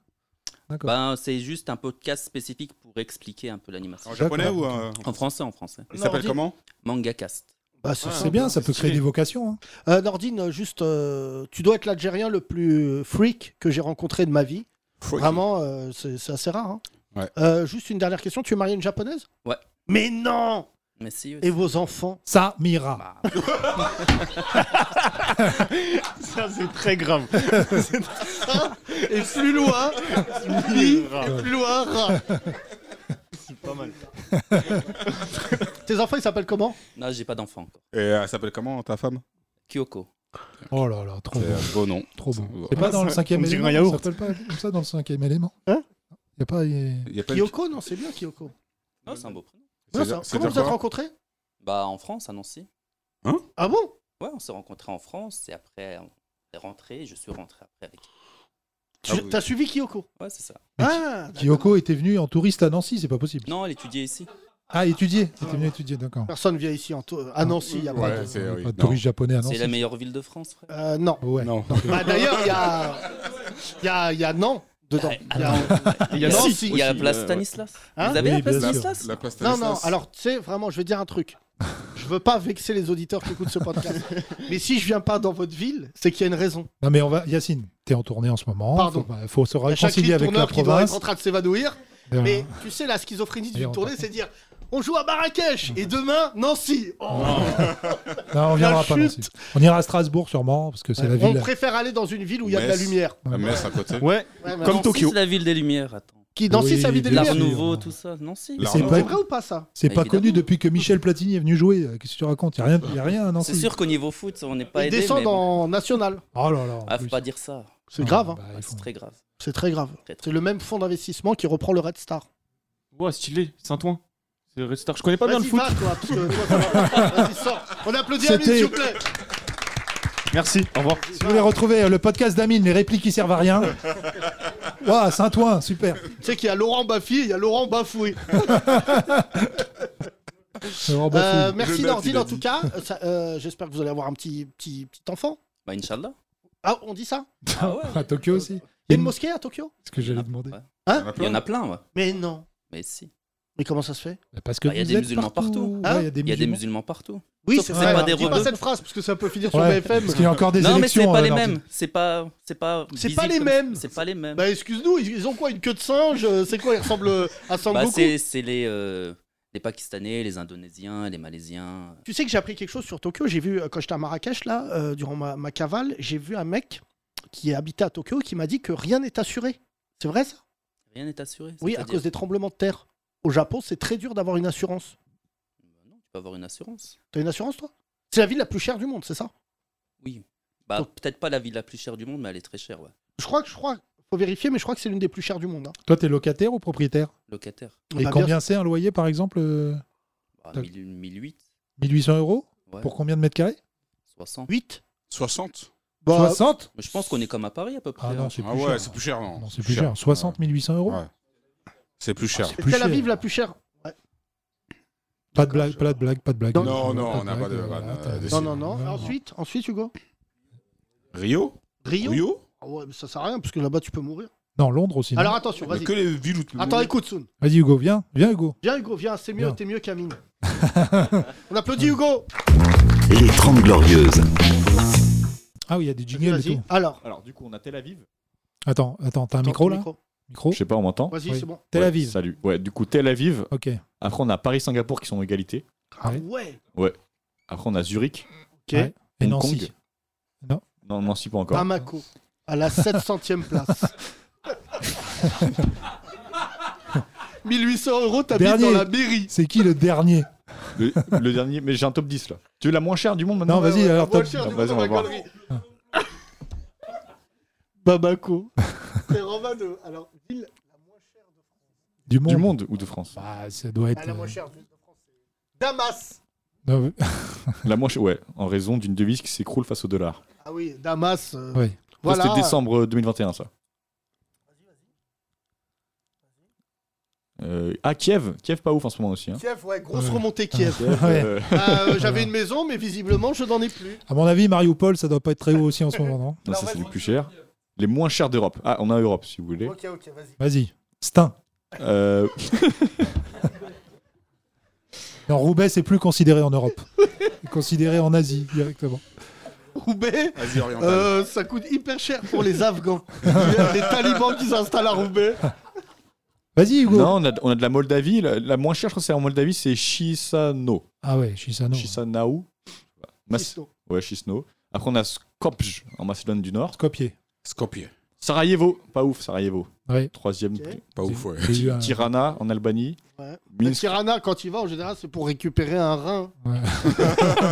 E: D'accord.
I: Ben, c'est juste un podcast spécifique pour expliquer un peu l'animation.
F: En japonais ou. euh,
I: En français, en français.
F: Il s'appelle
D: Nordi-
F: comment
I: Manga cast.
D: Bah, c'est
F: Ah,
E: c'est
D: simple.
E: bien, ça peut créer
G: stylé.
E: des vocations. hein.
D: Euh, Nordine, juste, euh, tu dois être l'Algérien le plus euh, freak que j'ai rencontré de ma vie. Vraiment, euh, c'est c'est assez rare. hein.
F: Ouais.
D: Euh, juste une dernière question tu es marié à une japonaise
I: Ouais.
D: Mais non
I: Mais si, euh,
D: Et vos enfants
E: Ça, Mira.
I: bah,
G: Ça, c'est très grave.
D: Et plus loin, lui, et plus loin, rat.
G: C'est pas mal.
D: Tes enfants, ils s'appellent comment
I: non, j'ai pas d'enfant encore.
F: Et euh, elle s'appelle comment ta femme
I: Kyoko.
E: Oh là là,
D: Euh,
E: trop
F: C'est
E: bon.
F: un beau nom.
E: Trop bon.
F: Ouais.
E: C'est pas
G: Ah,
E: dans le
G: ça-
E: cinquième
G: on dirait un
E: élément. Ça
G: yaourt.
E: s'appelle pas comme ça dans le cinquième élément
D: Hein
E: Y a pas. y-
F: Il y a pas une-
D: Kyoko Non, c'est bien Kyoko.
I: Non, Ah, c'est un beau prénom.
D: Non,
F: C'est-à-dire-
D: ça- Comment
F: c'est-à-dire
D: vous êtes
F: quoi
D: rencontrés
I: Bah, en France, à Nancy.
D: Ah bon
I: Ouais, on s'est rencontrés en France et après, on est rentré. Je suis rentré après avec.
D: Tu
F: Ah oui.
D: as suivi Kyoko
I: Ouais, c'est ça.
D: Ah
E: Kyoko était venue en touriste à Nancy, c'est pas possible.
I: Non, elle étudiait ici.
E: Ah, étudier. T'étais venu étudier, d'accord.
D: Personne vient ici en to- à Nancy, il y a pas
F: Ouais,
D: de-
F: c'est. oui,
E: Pas de
F: non.
E: touriste japonais à
I: C'est
E: Nancy.
I: la meilleure ville de France, frère.
D: Euh, non.
E: Ouais.
F: Non.
D: Bah, D'ailleurs, il y a... il y, a, il y a non dedans.
I: Ouais,
D: Il y a-
G: Il
I: Il y a,
D: Nancy
I: il y a la
G: aussi,
I: place
G: euh, ouais.
I: Stanislas.
D: Hein
I: Vous avez
E: Oui,
I: la place
E: bien sûr.
I: Stanislas
F: La place
D: Non, non,
F: Stanislas.
D: alors tu sais, vraiment, je vais dire un truc. Je veux pas vexer les auditeurs qui écoutent ce podcast. Mais si je viens pas dans votre ville, c'est qu'il y a une raison.
E: Non mais on va, Yacine, t'es en tournée en ce moment.
D: Pardon.
E: Faut, bah, faut se
D: Il y a chaque
E: réconcilier avec la
D: qui doit être
E: province.
D: en train de s'évanouir.
E: Euh,
D: Mais tu sais, la schizophrénie
E: Et
D: d'une
E: on-
D: tournée, c'est dire on joue à Marrakech et demain, Nancy. Oh,
E: non, on viendra
D: la
E: pas.
D: chute.
E: Nancy. On ira à Strasbourg sûrement parce que c'est la
D: on
E: ville.
D: préfère aller dans une ville où il y a de la
F: Metz.
D: lumière.
F: La messe à côté.
G: Ouais,
D: Ouais, mais
G: comme
D: non.
I: Nancy,
G: Tokyo.
I: c'est la ville des Lumières. Attends.
D: Qui, Nancy,
E: Oui,
D: ça vit des
E: bien
I: L'art
D: lumières.
E: sûr.
I: nouveau, tout ça. Nancy.
F: La
E: C'est
F: Renault.
E: pas-
D: C'est vrai ou pas ça
E: C'est pas
I: Évidemment.
E: connu depuis que Michel Platini est venu jouer. Euh, Qu'est-ce que tu racontes Y a rien, y a rien à Nancy.
I: C'est sûr qu'au niveau foot, on n'est pas
D: Il
I: aidé.
D: descend
I: mais bon.
D: en national.
E: Oh là là. en
I: Ah, faut
E: plus.
I: pas dire ça.
D: C'est
E: Ah,
D: grave, hein.
E: bah,
I: Ah,
E: il faut-
I: c'est très grave.
D: c'est très grave.
I: Très, très
D: C'est le même fonds d'investissement qui reprend le Red Star.
G: Ouais, Oh, stylé. Saint-Ouen. C'est Red Star. Je connais pas bien le
D: Vas-y,
G: foot.
D: va, toi, parce que toi, ça va. Vas-y, sors. On applaudit Amine,
E: C'était-
D: s'il vous plaît.
G: Merci. Au revoir.
E: Si vous voulez retrouver euh, le podcast d'Amine, les répliques qui servent à rien. Ouah, Saint-Ouen, super.
D: Tu sais qu'il y a Laurent Baffy et il y a Laurent Bafoué.
E: Alors, bah,
D: Euh,
E: fouille.
D: merci
F: Le Nat,
D: Nordine
F: il a
D: en tout
F: dit.
D: cas. Euh, ça- euh, J'espère que vous allez avoir un petit, petit, petit enfant.
I: Bah, Inch'Allah.
D: Ah, on dit ça
I: Ah ouais.
E: à Tokyo aussi.
D: Il y a une mosquée à Tokyo
E: Ce que
I: Ah,
E: j'allais demander.
I: Ouais.
F: Il y en a
I: Il y en
F: plein.
I: a plein, ouais.
D: Mais non.
I: Mais si.
D: Mais comment ça se fait
E: Parce que
I: Bah, il y a
E: vous
I: des
E: êtes
I: musulmans partout.
E: Ouais,
D: Hein
E: il y a des
I: Il y a des
E: musulmans.
I: musulmans partout.
D: Oui,
I: Sauf
D: c'est
I: que
D: vrai.
I: c'est pas des
D: Dis
I: rebeux.
D: pas cette phrase parce que ça peut finir sur
E: Ouais,
D: BFM.
E: Parce qu'il y a encore des
I: non, mais
E: élections.
I: c'est pas
E: euh,
I: les
E: lundi.
I: mêmes. C'est pas, c'est pas.
D: C'est
I: visible
D: pas les
I: comme-
D: mêmes.
I: C'est pas les mêmes.
D: Bah excuse-nous, ils ils ont quoi Une queue de singe Euh, C'est quoi Ils ressemblent à
I: Bah,
D: Sangoku
I: c'est c'est les, euh, les Pakistanais, les Indonésiens, les Malaisiens.
D: Tu sais que j'ai appris quelque chose sur Tokyo. J'ai vu, euh, quand j'étais à Marrakech, là, euh, durant ma, ma cavale, j'ai vu un mec qui habitait à Tokyo qui m'a dit que rien n'est assuré. C'est vrai ça
I: Rien n'est assuré.
D: Oui, à
I: c'est-à-dire-
D: cause des tremblements de terre. Au Japon, c'est très dur d'avoir une assurance.
I: Bah Non, tu peux avoir une assurance.
D: T'as une assurance, toi C'est la ville la plus chère du monde, c'est ça
I: Oui. Bah, peut-être pas la ville la plus chère du monde, mais elle est très chère, ouais.
D: Je crois que je crois. Faut vérifier, mais je crois que c'est l'une des plus chères du monde. hein.
E: Toi, t'es locataire ou propriétaire
I: Locataire.
E: Et
D: Bah, bien
E: combien c'est un loyer, par exemple euh,
I: Bah,
E: Tac.
I: 1000 1008.
E: 1800 euros
I: Ouais.
E: Pour combien de mètres carrés
I: 60.
D: 8
F: 60
D: bah,
E: 60
I: Mais Je pense qu'on est comme à Paris à peu près.
E: Ah non,
I: hein.
E: c'est
F: Ah
E: plus
F: ouais,
E: cher.
F: c'est plus cher, non
E: Non, c'est plus cher. 60 1800 euros
F: Ouais. C'est plus cher.
E: c'est plus
D: Tel
E: cher.
D: Aviv, la plus chère.
E: Pas de blague, pas de blague, pas de blague.
F: Non, non, on n'a pas de
E: blague,
F: vanne,
E: voilà,
F: euh,
E: t'as-
D: Non,
F: dessus.
D: non, non. Ensuite, ensuite, Hugo
F: Rio
D: Rio,
F: Rio
D: Ah ouais, mais ça sert à rien, parce que là-bas, tu peux mourir.
E: Non, Londres aussi. non
D: Alors attention,
F: Il y a
D: Oh, vas-y.
F: que les villes où tu
D: Attends, écoute, Soun.
E: Vas-y, Hugo, viens. Viens, Hugo.
D: Viens, Hugo, viens, c'est mieux,
E: Bien.
D: t'es mieux, Camille. On applaudit Hugo.
K: Les 30 Glorieuses.
E: Ah oui, il y a des jingles et
D: Vas-y.
E: tout.
D: Alors,
G: Alors, du coup, on a Tel Aviv.
E: Attends, attends, t'as un micro
D: ton
E: là Micro
H: Je sais pas, on m'entend
D: Vas-y,
E: Oui.
D: c'est bon.
E: Tel
H: Ouais,
E: Aviv.
H: Salut. Ouais, du coup, Tel Aviv.
E: Ok.
H: Après, on a Paris-Singapour qui sont en égalité.
D: Ah
E: Ouais.
D: ouais.
H: Après, on a Zurich.
D: Ok.
E: Ouais. Et
H: Hong
E: Nancy.
H: Kong. Non, Nancy, pas encore.
D: Bamako, à la 700e place. 1800 euros, t'habites
E: Dernier.
D: dans la mairie.
E: C'est qui le dernier
H: Le, le dernier, mais j'ai un top 10 là. Tu veux la moins chère du monde maintenant
E: Non, vas-y, alors
D: Moins
E: top.
D: cher
H: Ah,
D: du
H: vas-y,
D: monde,
H: on va
D: ma
H: voir.
D: connerie.
E: Bamako.
D: C'est Romain de- Alors, ville la moins chère de France.
E: Du monde.
H: Du monde ou de France
E: Bah, ça doit être.
D: Ah, la moins
E: euh,
D: chère de France, c'est Damas.
E: non, mais-
H: La moins chère, ouais, en raison d'une devise qui s'écroule face au dollar.
D: Ah oui, Damas. euh,
E: Ouais.
H: Ça,
D: Voilà.
H: C'était décembre 2021, ça. Euh, ah, Kiev Kiev, pas ouf en ce moment aussi. hein.
D: Kiev, ouais, grosse
E: Ouais.
D: remontée Kiev.
E: Ouais.
H: Euh,
D: Euh, J'avais une maison, mais visiblement, je n'en ai plus.
E: À mon avis, Mariupol, ça doit pas être très haut aussi en ce moment, non
H: non, ça, c'est les plus chers. Les moins chers d'Europe. Ah, on a Europe, si vous voulez.
D: Ok, ok, vas-y.
E: Vas-y. Stein.
H: Euh,
E: Non, Roubaix, c'est plus considéré en Europe. C'est considéré en Asie directement.
D: Roubaix,
F: Asie orientale.
D: euh, ça coûte hyper cher pour les Afghans. les talibans qui s'installent à Roubaix.
E: Vas-y, Hugo.
H: non, on a, on a de la Moldavie. La, la moins chère, je crois, que c'est en Moldavie, c'est Chisano.
E: Ah ouais, Shisano.
H: Chisanau. Mas- Ouais, Chisno. Après, on a Skopje, en Macédoine du Nord.
E: Copier.
F: Skopje.
H: Sarajevo, pas ouf, Sarajevo.
E: Ouais.
H: Troisième.
D: Ok.
H: prix.
F: Pas ouf, ouais.
E: J'ai eu un-
H: Tirana, en Albanie.
D: Ouais. Le
H: Minsk.
D: Tirana, quand il va, en général, c'est pour récupérer un rein.
E: Ouais.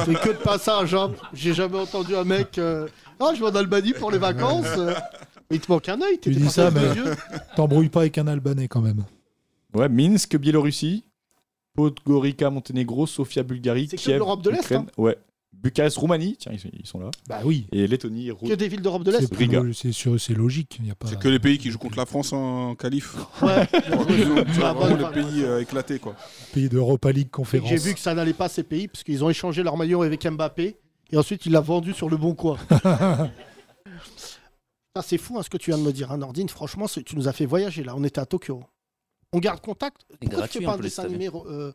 D: c'est que de passage. hein. J'ai jamais entendu un mec. euh, Ah, je vais en Albanie pour les vacances. euh. Il te manque un œil,
E: Tu
D: t'étais
E: dis
D: parti
E: ça,
D: avec
E: mais-
D: deux yeux.
E: T'embrouilles pas avec un Albanais quand même.
H: Ouais, Minsk, Biélorussie. Podgorica, Monténégro. Sofia, Bulgarie.
D: C'est que
H: Kiev,
D: de l'Europe de l'Est, hein.
H: Ukraine. Ouais. Bucarest, Roumanie. Tiens, ils sont, ils sont là.
E: Bah oui.
H: Et Lettonie, Roumanie.
D: Que des villes d'Europe de l'Est.
E: C'est plus
H: Riga.
E: lo- C'est sûr- c'est logique. Y a pas...
F: C'est que les pays qui jouent contre la France en qualif.
D: Ouais.
F: Tu
D: Ah,
F: vois,
D: bonne
F: vraiment
D: fin.
F: les pays euh, éclatés, quoi.
E: Pays d'Europa League
D: Et
E: conférence.
D: J'ai vu que ça n'allait pas ces pays parce qu'ils ont échangé leur maillot avec Mbappé et ensuite il l'a vendu sur le bon coin. Putain, c'est fou hein, ce que tu viens de me dire, hein, Nordine. Franchement, c'est- tu nous as fait voyager là. On était à Tokyo. On garde contact. Pourquoi tu
I: gratuit,
D: fais pas
I: en
D: un
I: plus,
D: dessin
I: t'as vu.
D: animé euh,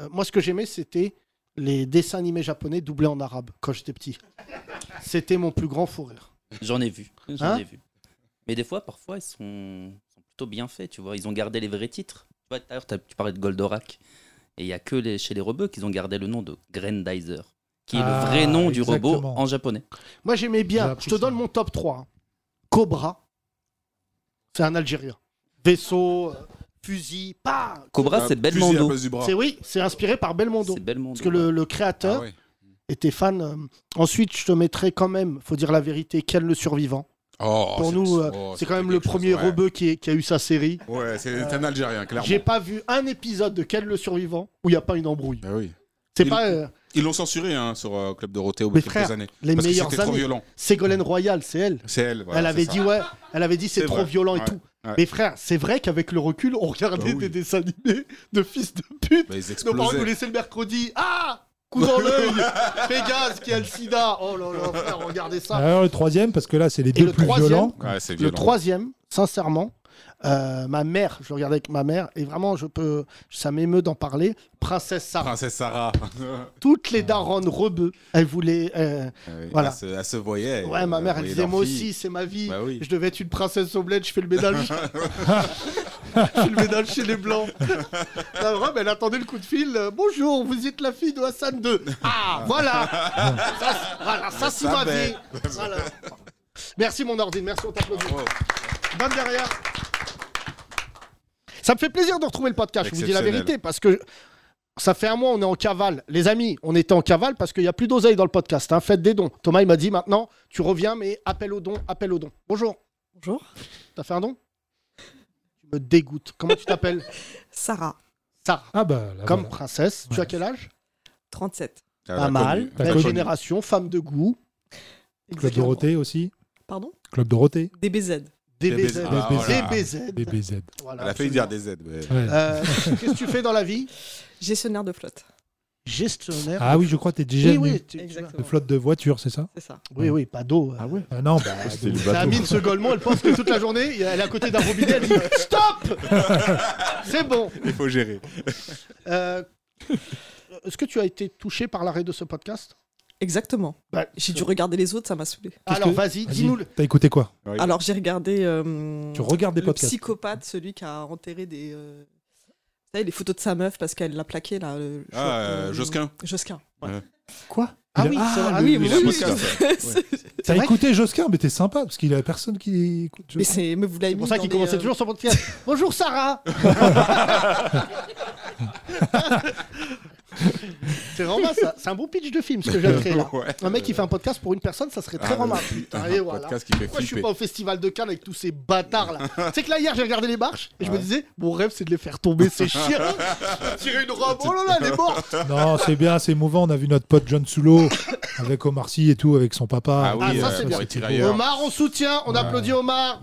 D: euh, Moi, ce que j'aimais, c'était les dessins animés japonais doublés en arabe quand j'étais petit. C'était mon plus grand fou rire.
I: J'en ai vu. J'en
D: Hein
I: ai vu. Mais des fois, parfois, ils sont, sont plutôt bien faits, tu vois. Ils ont gardé les vrais titres. Tu vois, tout à l'heure, t'as- tu parlais de Goldorak. Et il n'y a que les, chez les robots qu'ils ont gardé le nom de Grandizer, qui est
E: Ah,
I: le vrai nom du robot
E: exactement.
I: en japonais.
D: Moi, j'aimais
E: J'ai
D: bien.
E: appris
D: Je te donne
E: ça.
D: mon top 3. hein. Cobra. C'est un Algérien. Vaisseau, euh, fusil, pas.
I: Cobra,
F: Ah,
I: c'est
F: fusil à
I: Belmondo.
F: base du bras.
D: C'est oui, c'est inspiré par Belmondo.
I: C'est Belmondo.
D: Parce que le, le
F: Ah
D: créateur
F: ouais.
D: était fan. euh, Ensuite, je te mettrai quand même, faut dire la vérité, Ken le survivant.
F: Oh,
D: Pour
F: c'est-
D: nous, euh,
F: oh,
D: c'est quand même
F: c'était
D: le
F: quelque chose,
D: premier
F: ouais.
D: rebeu qui, est- qui a eu sa série.
F: Ouais, c'est c'est un Algérien,
D: J'ai
F: clairement.
D: pas vu un épisode de Ken le survivant où il n'y a pas une embrouille.
F: Bah oui.
D: C'est
F: Il-
D: pas euh,
F: Ils l'ont censuré hein, sur euh, Club Dorothée au bout
D: Mais
F: de quelques
D: frère,
F: années.
D: les
F: parce que
D: meilleures
F: c'était trop
D: années.
F: violent.
D: Ségolène Royal, c'est elle.
F: C'est elle. voilà,
D: elle
F: c'est
D: avait
F: ça.
D: dit ouais, elle avait dit c'est
F: C'est
D: trop
F: vrai,
D: violent et
F: ouais. Bah
D: tout. Mais frère, c'est vrai qu'avec le recul, on regardait des dessins animés de fils de pute. Nos parents nous laissaient le mercredi. Ah Coup dans l'œil Pégase qui a le sida Oh là là, frère, regardez ça
E: Alors le troisième, parce que là, c'est les
D: Et
E: deux
D: le
E: plus
D: troisième,
E: violents.
D: Ah, Le troisième, sincèrement, euh, ma mère, je le regardais avec ma mère, et vraiment, je peux, ça m'émeut d'en parler. Princesse Sarah.
F: Princesse Sarah. Ah
D: Toutes les daronnes rebeux, elles voulaient. euh,
F: Oui,
D: voilà.
F: Elle se, elle se voyait.
D: Ouais, ma mère, elle disait moi aussi, c'est ma vie. Je devais être une princesse au bled, je fais le ménage. je fais le ménage chez les blancs. La vraie, mais elle attendait le coup de fil. euh, Bonjour, vous êtes la fille de Hassan II. Ah, voilà. ça, c'est- voilà, ça c'est
J: Ça
D: ma vie.
J: belle.
D: Voilà. Merci mon ordi, merci on t'applaudit. Bam derrière. Ça me fait plaisir de retrouver le podcast, je vous dis la
J: Exceptionnel.
D: vérité, parce que ça fait un mois, on est en cavale. Les amis, on était en cavale parce qu'il n'y a plus d'oseille dans le podcast. hein. Faites des dons. Thomas, il m'a dit maintenant, tu reviens, mais appel au don, appel au don. Bonjour.
B: Bonjour.
D: T'as fait un don Tu me dégoûtes. Comment tu t'appelles
B: Sarah.
D: Sarah.
E: Ah bah,
D: Comme princesse. Tu as quel âge
B: 37.
D: Pas mal.
E: T'as
D: Belle
E: connu.
D: génération, femme de goût.
E: Club Dorothée aussi.
B: Pardon
E: Club Dorothée.
B: DBZ.
D: DBZ.
E: Ah, voilà.
D: DBZ.
E: DBZ.
D: Voilà,
F: Elle a failli
D: absolument.
F: dire des Z. Mais...
D: Euh, Qu'est-ce que tu fais dans la vie
B: Gestionnaire de flotte.
D: Gestionnaire.
E: Ah oui, je crois que t'es déjà
D: Oui,
E: venu.
D: oui, tu-
E: De flotte de voiture, c'est ça
B: C'est ça.
D: Oui, oui, pas d'eau. Ah
E: ouais Ah non, bah,
H: C'était le
D: La
H: bateau.
D: mine, ce Golemont, elle pense que toute la journée, elle est à côté d'un robinet, elle dit Stop C'est bon
F: Il faut gérer.
D: Euh, Est-ce que tu as été touché par l'arrêt de ce podcast
B: Exactement. Bah, J'ai dû regarder les autres, ça m'a saoulé.
D: Alors vas-y, dis-nous. le-
E: T'as écouté quoi
B: Alors j'ai regardé. euh,
E: Tu regardes des
B: le
E: podcasts.
B: Psychopathe, celui qui a enterré des. euh, vous savez, les photos de sa meuf parce qu'elle l'a plaqué là. le-
F: Ah, euh, Josquin.
B: Josquin.
F: Ouais.
E: Quoi
B: Ah oui, c'est vrai. Ah oui, oui, oui.
E: T'as
B: vrai
E: écouté Josquin, mais t'es sympa, parce qu'il y a personne qui écoute Josquin.
B: Mais c'est. Mais vous l'avez
D: C'est pour ça qu'il commençait
B: euh,
D: toujours son podcast. Bonjour Sarah C'est vraiment ça. C'est un bon pitch de film, ce que j'ai créé là.
F: Ouais.
D: Un mec qui fait un podcast pour une personne, ça serait très
F: Ah, le
D: remarquable.
F: putain,
D: Putain, et
F: un
D: voilà.
F: podcast qui fait
D: Pourquoi je suis
F: flipper.
D: pas au festival de Cannes avec tous ces bâtards là C'est que là hier j'ai regardé les marches et je me disais mon rêve c'est de les faire tomber ces chiens. Tirer une robe, oh là là, elle est morte.
E: Non, c'est bien, c'est émouvant. On a vu notre pote John Sulo avec Omar Sy et tout, avec son papa.
D: ah ça c'est bien. Omar, on soutient, on applaudit Omar.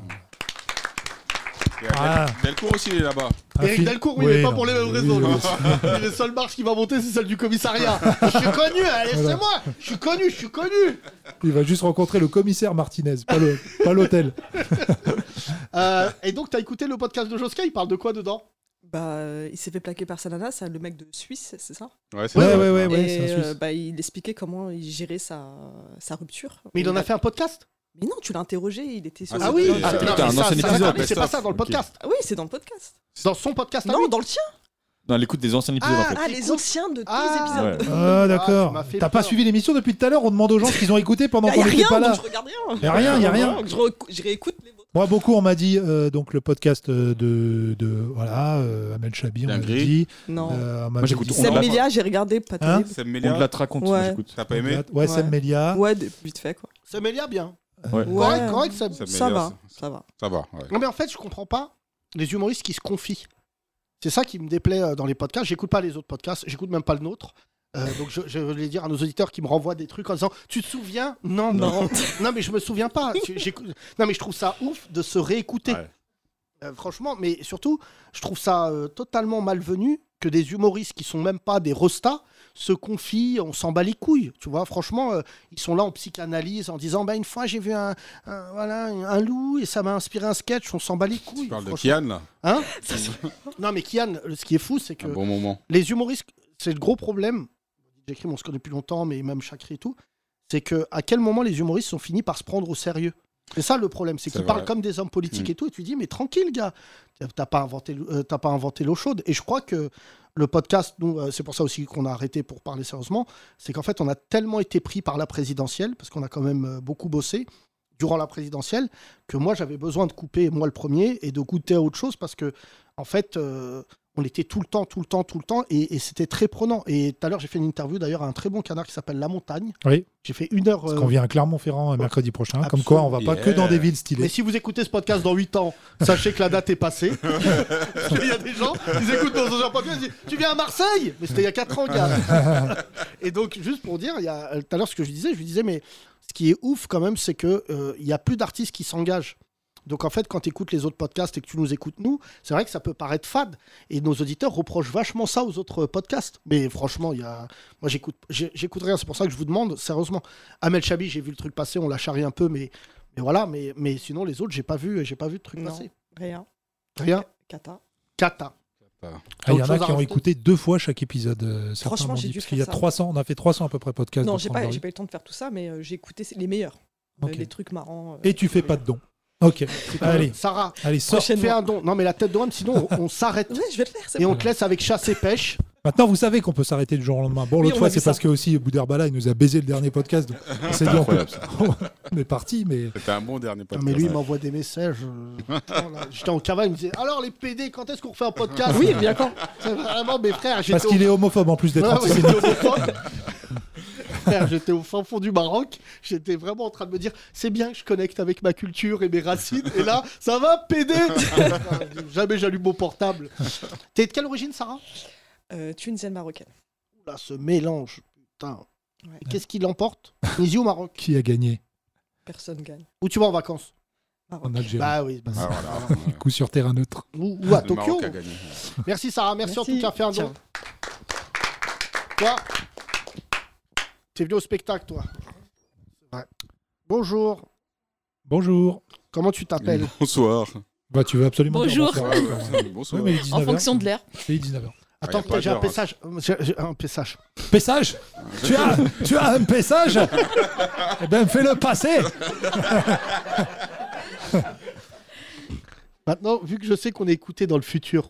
E: Ah.
F: Delcourt aussi, il est là-bas.
D: Eric Delcourt, oui, mais pas pour les mêmes raisons. hein. lui.
F: oui.
D: Les seules marches qui va monter, c'est celle du commissariat. Je suis connu, hein, allez, c'est moi. Je suis connu, je suis connu.
E: Il va juste rencontrer le commissaire Martinez, pas le- pas l'hôtel.
D: Euh, et donc, t'as écouté le podcast de Josquin, il parle de quoi dedans
B: Bah, euh, il s'est fait plaquer par sa nana, c'est le mec de Suisse, c'est ça
F: Ouais, c'est Ouais, ça. ouais, ouais, ouais,
B: Et,
F: c'est un Suisse.
B: euh, bah, il expliquait comment il gérait sa, sa rupture.
D: Mais il en a fait un podcast
B: Mais non, tu l'as interrogé, il était sur
D: Ah oui, Ah, c'était- putain,
B: mais
D: un
B: ça,
D: ancien
B: ça-
D: épisode,
B: mais
D: best-of. Ok.
B: Ah oui, c'est dans le podcast.
D: Dans son podcast
B: Non, dans le tien.
H: Non, elle écoute des anciens épisodes en fait.
B: Ah, les anciens de tous les
H: Ouais.
B: épisodes.
E: Ah, d'accord.
B: Ah, ça m'a fait
E: T'as pas
B: peur.
E: suivi l'émission depuis tout à l'heure, on demande aux gens ce qu'ils ont écouté pendant
B: y
E: qu'on
B: a
E: n'était
B: rien,
E: pas là.
B: donc je regarde rien.
E: Y a rien, y a rien.
B: Donc je, recou- je réécoute. les-
E: Moi, beaucoup, on m'a dit euh, donc le podcast euh, de, de voilà, euh, Amel Chabi, on m'a
F: Dinguerie.
E: dit.
B: Non.
E: Euh, on
H: Moi,
E: m'avait
H: j'écoute
E: dit-
H: On
B: Seb
H: l'a-
B: Melia, j'ai regardé, pas
E: Hein
B: terrible.
F: Seb Melia.
H: On te la te raconte,
B: Ouais.
H: j'écoute.
F: T'as pas aimé
E: Ouais, Sam Melia.
B: Ouais, de- vite fait quoi.
D: Ça m'élia bien.
H: Ouais.
D: Correct, correct, ça,
B: Ça Ça m'élia, va, ça- ça va.
F: Ça va, ouais.
D: Non, mais en fait, je comprends pas les humoristes qui se confient. C'est ça qui me déplaît euh, dans les podcasts. J'écoute pas les autres podcasts, j'écoute même pas le nôtre. Euh, donc je, je voulais dire à nos auditeurs qui me renvoient des trucs en disant tu te souviens non non non, mais je me souviens pas J'ai- j'écoute- non mais je trouve ça ouf de se réécouter Euh, franchement mais surtout je trouve ça euh, totalement malvenu que des humoristes qui sont même pas des rostas se confient on s'en bat les couilles tu vois franchement euh, ils sont là en psychanalyse en disant bah une fois j'ai vu un, un- voilà un loup et ça m'a inspiré un sketch on s'en bat les couilles
F: Tu parles de
D: franchement.
F: Kian, là.
D: Hein Non, mais Kian, le- ce qui est fou, c'est que
F: Un bon moment.
D: les humoristes, c'est le gros problème. J'écris, on se connaît depuis longtemps, mais même Chakri et tout. C'est que à quel moment les humoristes sont finis par se prendre au sérieux C'est ça le problème, c'est
J: C'est
D: qu'ils
J: vrai.
D: parlent comme des hommes politiques
J: Mm.
D: et tout, et tu dis, mais tranquille, gars, t'as- t'as pas inventé, le- euh, t'as pas inventé l'eau chaude. Et je crois que le podcast, nous, euh, c'est pour ça aussi qu'on a arrêté pour parler sérieusement, c'est qu'en fait, on a tellement été pris par la présidentielle, parce qu'on a quand même euh, beaucoup bossé, durant la présidentielle que moi j'avais besoin de couper moi le premier et de goûter à autre chose parce que en fait euh, on était tout le temps tout le temps tout le temps et, et c'était très prenant et tout à l'heure j'ai fait une interview d'ailleurs à un très bon canard qui s'appelle La Montagne
E: Oui.
D: j'ai fait une heure
E: Parce
D: euh,
E: qu'on vient à Clermont-Ferrand euh, mercredi prochain. Comme quoi, on va pas que dans des villes stylées.
D: mais si vous écoutez ce podcast dans 8 ans sachez que la date est passée Parce qu'il y a des gens ils écoutent nos anciens podcasts ils disent tu viens à Marseille mais c'était il y a 4 ans gars et donc, juste pour dire, il y a, euh, tout à l'heure, ce que je disais, je lui disais, mais ce qui est ouf quand même, c'est que euh, il y a plus d'artistes qui s'engagent. Donc en fait, quand tu écoutes les autres podcasts et que tu nous écoutes nous, c'est vrai que ça peut paraître fade. Et nos auditeurs reprochent vachement ça aux autres podcasts. Mais franchement, il y a... moi j'écoute, j'ai- j'écoute rien. C'est pour ça que je vous demande sérieusement. Amel Chabi, j'ai vu le truc passer, on l'a charrie un peu, mais, mais voilà. Mais, mais sinon les autres, j'ai pas vu, j'ai pas vu de truc passer.
H: Rien.
D: Rien.
H: Cata.
D: Cata.
E: Ah, Il y en
D: Autre
E: a
D: chose à
E: qui ont
D: rajouter
E: écouté deux fois chaque épisode. euh, certains m'ont
H: Franchement, j'ai
E: dit,
H: dû
E: parce
H: faire
E: qu'il y a
H: ça.
E: 300, on a fait 300 à peu près podcasts.
H: Non,
E: de
H: j'ai
E: Trente
H: pas,
E: Glorieuses.
H: j'ai pas eu le temps de faire tout ça, mais euh, j'ai écouté les meilleurs. Euh, Les trucs marrants. euh,
E: Et tu fais pas de dons. Ok.
D: quand même-
E: Allez.
D: Sarah,
E: Allez, sors.
D: fais un don. Non, mais la tête de Rome, sinon on, on s'arrête.
H: c'est
D: Et on
E: bon.
D: te laisse avec chasse et pêche.
E: Maintenant, vous savez qu'on peut s'arrêter du jour au lendemain. Bon,
D: Oui,
E: l'autre
D: on
E: fois,
D: a vu
E: c'est
D: ça.
E: parce que aussi Boudherbala, il nous a baisé le dernier podcast. donc on s'est dit, on, peut-
F: Ah, Incroyable, ça.
E: on est parti, mais.
F: C'était un bon dernier
D: Non,
F: podcast.
D: mais lui, il m'envoie des messages. euh, putain, là, J'étais en cavale, il me disait Alors les PD, quand est-ce qu'on refait un podcast
E: Oui, bien quand
D: C'est vraiment mes frères. j'étais
E: Parce
D: au-
E: qu'il est homophobe en plus d'être
D: Ouais, ouais, j'étais
E: antisémite.
D: homophobe. Frère, J'étais au fin fond du Maroc, j'étais vraiment en train de me dire c'est bien que je connecte avec ma culture et mes racines, et là, ça va, PD Jamais j'allume mon portable. T'es de quelle origine, Sarah
H: euh, Tunisienne marocaine.
D: Là, ce mélange, putain. Qu'est-ce qui l'emporte Tunisie ou Maroc
E: Qui a gagné
H: Personne gagne.
D: Où tu vas en vacances
E: en Algérie
D: Bah oui, bah,
E: Ah,
D: voilà.
E: Du coup, sur terrain neutre.
D: Ou, ou à
E: Le
D: Tokyo.
E: Maroc a gagné.
D: Merci Sarah, merci, en tout cas, fais un don.
E: Ciao.
D: Toi, t'es venu au spectacle, toi. Ouais. Bonjour.
E: Bonjour.
D: Comment tu t'appelles
F: Bonsoir.
E: Bah, tu veux absolument. dire
F: Bonjour.
E: bonsoir. hein,
F: Ouais, ouais, ouais. Bonsoir.
E: Oui, mais il est
F: En
E: 19 heures.
F: fonction de l'air.
E: Il est 19h.
D: Attends,
E: Ah, y a pas
D: j'ai un
E: d'heure,
F: hein.
D: message. euh, j'ai- j'ai un message.
E: Pessage tu as, tu as un pessage Eh ben, fais-le passer
D: Maintenant, vu que je sais qu'on est écouté dans le futur,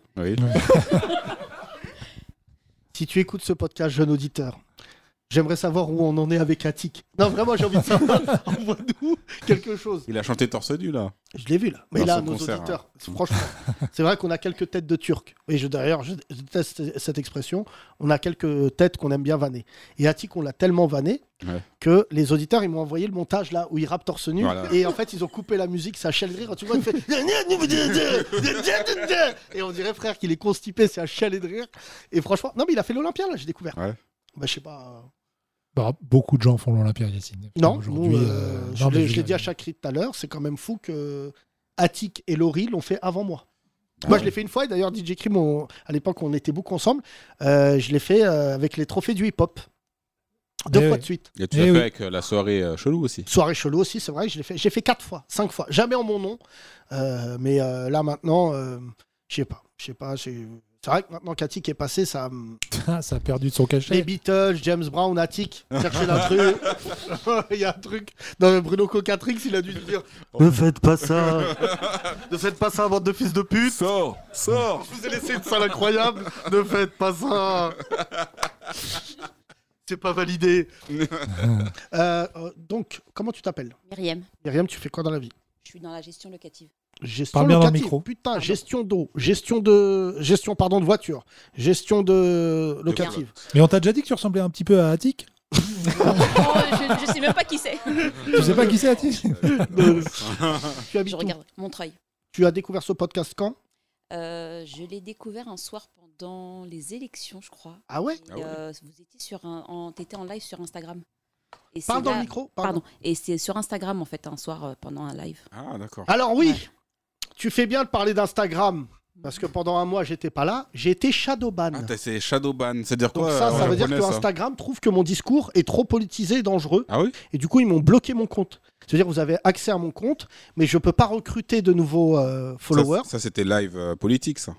D: si tu écoutes ce podcast, jeune auditeur, j'aimerais savoir où on en est avec Attic. Non, vraiment, j'ai envie de savoir. Envoie-nous quelque chose.
F: Il a chanté torse nu là.
D: Je l'ai vu là. Mais
F: Dans
D: là,
F: son
D: nos
F: concert,
D: auditeurs,
F: hein.
D: franchement, c'est vrai qu'on a quelques têtes de Turcs. Et je, d'ailleurs, je je déteste cette expression. On a quelques têtes qu'on aime bien vanner. Et Attic, on l'a tellement vanné
F: Ouais.
D: que les auditeurs, ils m'ont envoyé le montage là où il rappe torse nu.
F: Voilà.
D: Et en fait, ils ont coupé la musique, ça chale de rire. Tu vois, il fait. Et on dirait, frère, qu'il est constipé, c'est un chalet de rire. Et franchement, non, mais il a fait l'Olympia là, j'ai découvert.
F: Ouais.
D: Bah, je sais pas. euh,
E: Bah, beaucoup de gens font l'Olympia, Yacine.
D: non,
E: Aujourd'hui,
D: nous, euh,
E: euh,
D: je
E: non, mais
D: l'ai-
E: je-
D: je l'ai dit à Chakri tout à l'heure, c'est quand même fou que Attic et Laurie l'ont fait avant moi. moi,
E: Ah
D: je l'ai fait une fois, et d'ailleurs, DJ Crime, on- à l'époque, on était beaucoup ensemble. euh, je l'ai fait euh, avec les trophées du hip-hop. Deux
F: Eh
D: fois
F: oui.
D: de suite.
F: Et tu l'as fait avec euh, la soirée euh, chelou aussi.
D: Soirée chelou aussi, c'est vrai, je l'ai fait. J'ai fait quatre fois, cinq fois, jamais en mon nom. Euh, mais euh, là, maintenant, euh, je sais pas. Je sais pas. j'ai- C'est vrai que maintenant qu'Attic est passé, ça. me-
E: Ah, ça a perdu de son
D: les
E: cachet.
D: Beatles, James Brown, Attic, cherchez un truc. Il y a un truc. Non, mais Bruno Cocatrix, il a dû se dire Ne faites pas ça Ne faites pas ça, bande de fils de pute
F: Sors Sors
D: Je vous ai laissé une salle incroyable Ne faites pas ça C'est pas validé Euh, euh, Donc, comment tu t'appelles
C: Myriam,
D: Myriam, tu fais quoi dans la vie
C: je suis dans la gestion locative.
D: Gestion
E: Parle bien dans le
D: locative.
E: micro.
D: Putain, gestion d'eau, gestion de gestion pardon de voiture, gestion de locative.
E: Mais on t'a déjà dit que tu ressemblais un petit peu à Attic
C: Oh, je, je sais même pas qui c'est.
E: Tu sais pas qui c'est, Attic
F: Euh,
D: tu habites
C: Je
D: où
C: regarde Montreuil.
D: Tu as découvert ce podcast quand
C: Euh, je l'ai découvert un soir pendant les élections, je crois.
D: Ah ouais
C: Et,
D: Ah ouais.
C: euh, vous étiez sur un, en, t'étais en live sur Instagram. Et
D: Parle
C: c'est
D: dans le
C: là-
D: micro, pardon.
C: Et c'est sur Instagram en fait un soir euh, pendant un live.
F: Ah d'accord.
D: Alors oui, tu fais bien de parler d'Instagram parce que pendant un mois j'étais pas là, j'ai été shadowban.
F: Ah,
E: Ah,
F: T'as- C'est Shadowban. C'est-à-dire
D: Donc
F: quoi
D: ça,
F: euh,
D: ça
F: en
D: veut dire que
F: japonais, ça Ah
D: Instagram trouve que mon discours est trop politisé et dangereux. et du coup, ils m'ont bloqué mon compte. C'est-à-dire, vous avez accès à mon compte, mais je peux pas recruter de nouveaux euh, followers.
F: Ça, ça, c'était live euh, politique ça.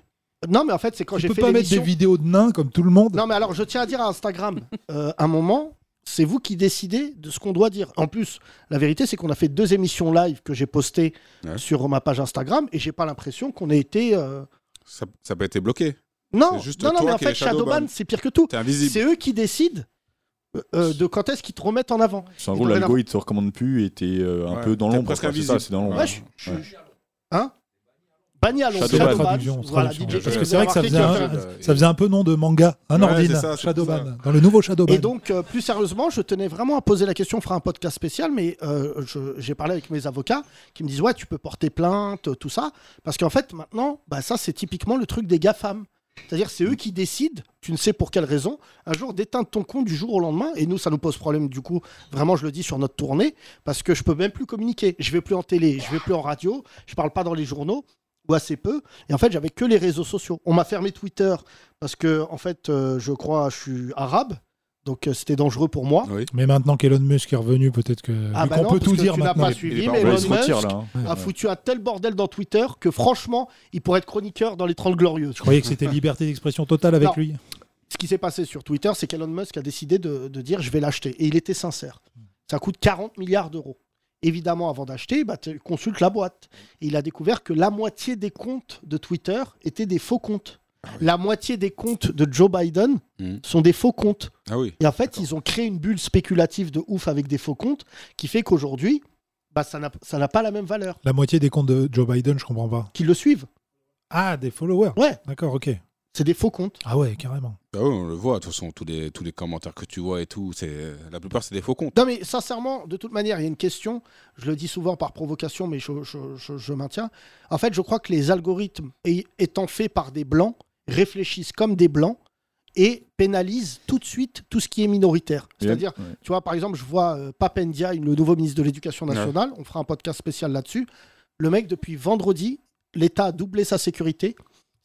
D: Non, mais en fait, c'est quand
E: Tu
D: j'ai
E: peux
D: fait
E: pas mettre des
D: l'émission.
E: vidéos de nains comme tout le monde
D: Non, mais alors, je tiens à dire à Instagram, euh, un moment, c'est vous qui décidez de ce qu'on doit dire. En plus, la vérité, c'est qu'on a fait deux émissions live que j'ai postées sur euh, ma page Instagram et j'ai pas l'impression qu'on ait été. euh,
F: Ça, ça peut être bloqué.
D: Non,
F: C'est juste
D: non, non,
F: toi
D: mais en
F: qui
D: fait,
F: es Shadowban.
D: Shadowban, c'est pire que tout.
F: invisible.
D: C'est eux qui décident euh, euh, de quand est-ce qu'ils te remettent en avant.
B: C'est en
D: Et
B: gros,
D: dorénavant-
B: l'algo, il te recommande plus et t'es euh, un
F: Ouais,
B: peu dans
F: t'es
B: l'ombre.
F: presque
B: quoi, C'est ça,
F: invisible.
B: c'est dans l'ombre.
D: Ouais, je- je-
B: Ouais.
D: Hein Banni à Londres,
B: Shadowban.
D: Shadowban.
B: Traduction,
D: Voilà,
B: traduction.
D: DJ,
B: Parce que
D: vous
B: c'est
D: avez
B: vrai que ça faisait
D: remarqué qu'il y a
B: un-
D: plein de-
E: Ça faisait un peu nom de manga, un
D: Ouais,
E: ordine,
D: c'est ça, c'est pour ça.
E: Shadowban, dans le nouveau Shadowban.
D: Et donc, euh, plus sérieusement, je tenais vraiment à poser la question. On fera un podcast spécial, mais euh, je- j'ai parlé avec mes avocats qui me disent Ouais, tu peux porter plainte, tout ça. Parce qu'en fait, maintenant, bah, ça, c'est typiquement le truc des GAFAM. C'est-à-dire, c'est eux qui décident, tu ne sais pour quelle raison, un jour d'éteindre ton compte du jour au lendemain. Et nous, ça nous pose problème, du coup, vraiment, je le dis sur notre tournée, parce que je peux même plus communiquer. Je vais plus en télé, je vais plus en radio, je parle pas dans les journaux, ou assez peu. Et en fait, j'avais que les réseaux sociaux. On m'a fermé Twitter, parce que, en fait, euh, je crois, je suis arabe. Donc euh, c'était dangereux pour moi.
E: Mais maintenant qu'Elon Musk est revenu, peut-être que
D: Ah
E: vu
D: bah
E: qu'on
D: non,
E: peut
D: parce
E: tout
D: que
E: dire
D: tu n'as
E: maintenant.
D: pas suivi, mais Elon Musk
H: hein.
D: a foutu un tel bordel dans Twitter que franchement, il pourrait être chroniqueur dans les 30 glorieuses.
E: Je croyais que c'était liberté d'expression totale avec
D: Non.
E: lui.
D: Ce qui s'est passé sur Twitter, c'est qu'Elon Musk a décidé de, de dire je vais l'acheter. Et il était sincère. Ça coûte 40 milliards d'euros. Évidemment, avant d'acheter, bah, tu consultes la boîte. Et il a découvert que la moitié des comptes de Twitter étaient des faux comptes. La moitié des comptes de Joe Biden sont des faux comptes.
F: Ah oui.
D: Et en fait, ils ont créé une bulle spéculative de ouf avec des faux comptes qui fait qu'aujourd'hui, bah, ça n'a- ça n'a pas la même valeur.
E: La moitié des comptes de Joe Biden, je comprends pas.
D: Qui le suivent
E: Ah, des followers
D: Ouais.
E: D'accord, ok.
D: C'est des faux comptes.
E: Ah ouais, carrément.
F: Ah oui, on le voit, de toute façon, tous les, tous les commentaires que tu vois et tout, c'est euh, la plupart, c'est des faux comptes.
D: Non, mais sincèrement, de toute manière, il y a une question. Je le dis souvent par provocation, mais je, je- je- je maintiens. En fait, je crois que les algorithmes, ay- étant faits par des blancs, réfléchissent comme des blancs et pénalisent tout de suite tout ce qui est minoritaire.
H: Et-
D: C'est-à-dire,
H: ouais.
D: tu vois, par exemple, je vois euh, Papendia, le nouveau ministre de l'Éducation nationale. On fera un podcast spécial là-dessus. Le mec, depuis vendredi, l'État a doublé sa sécurité.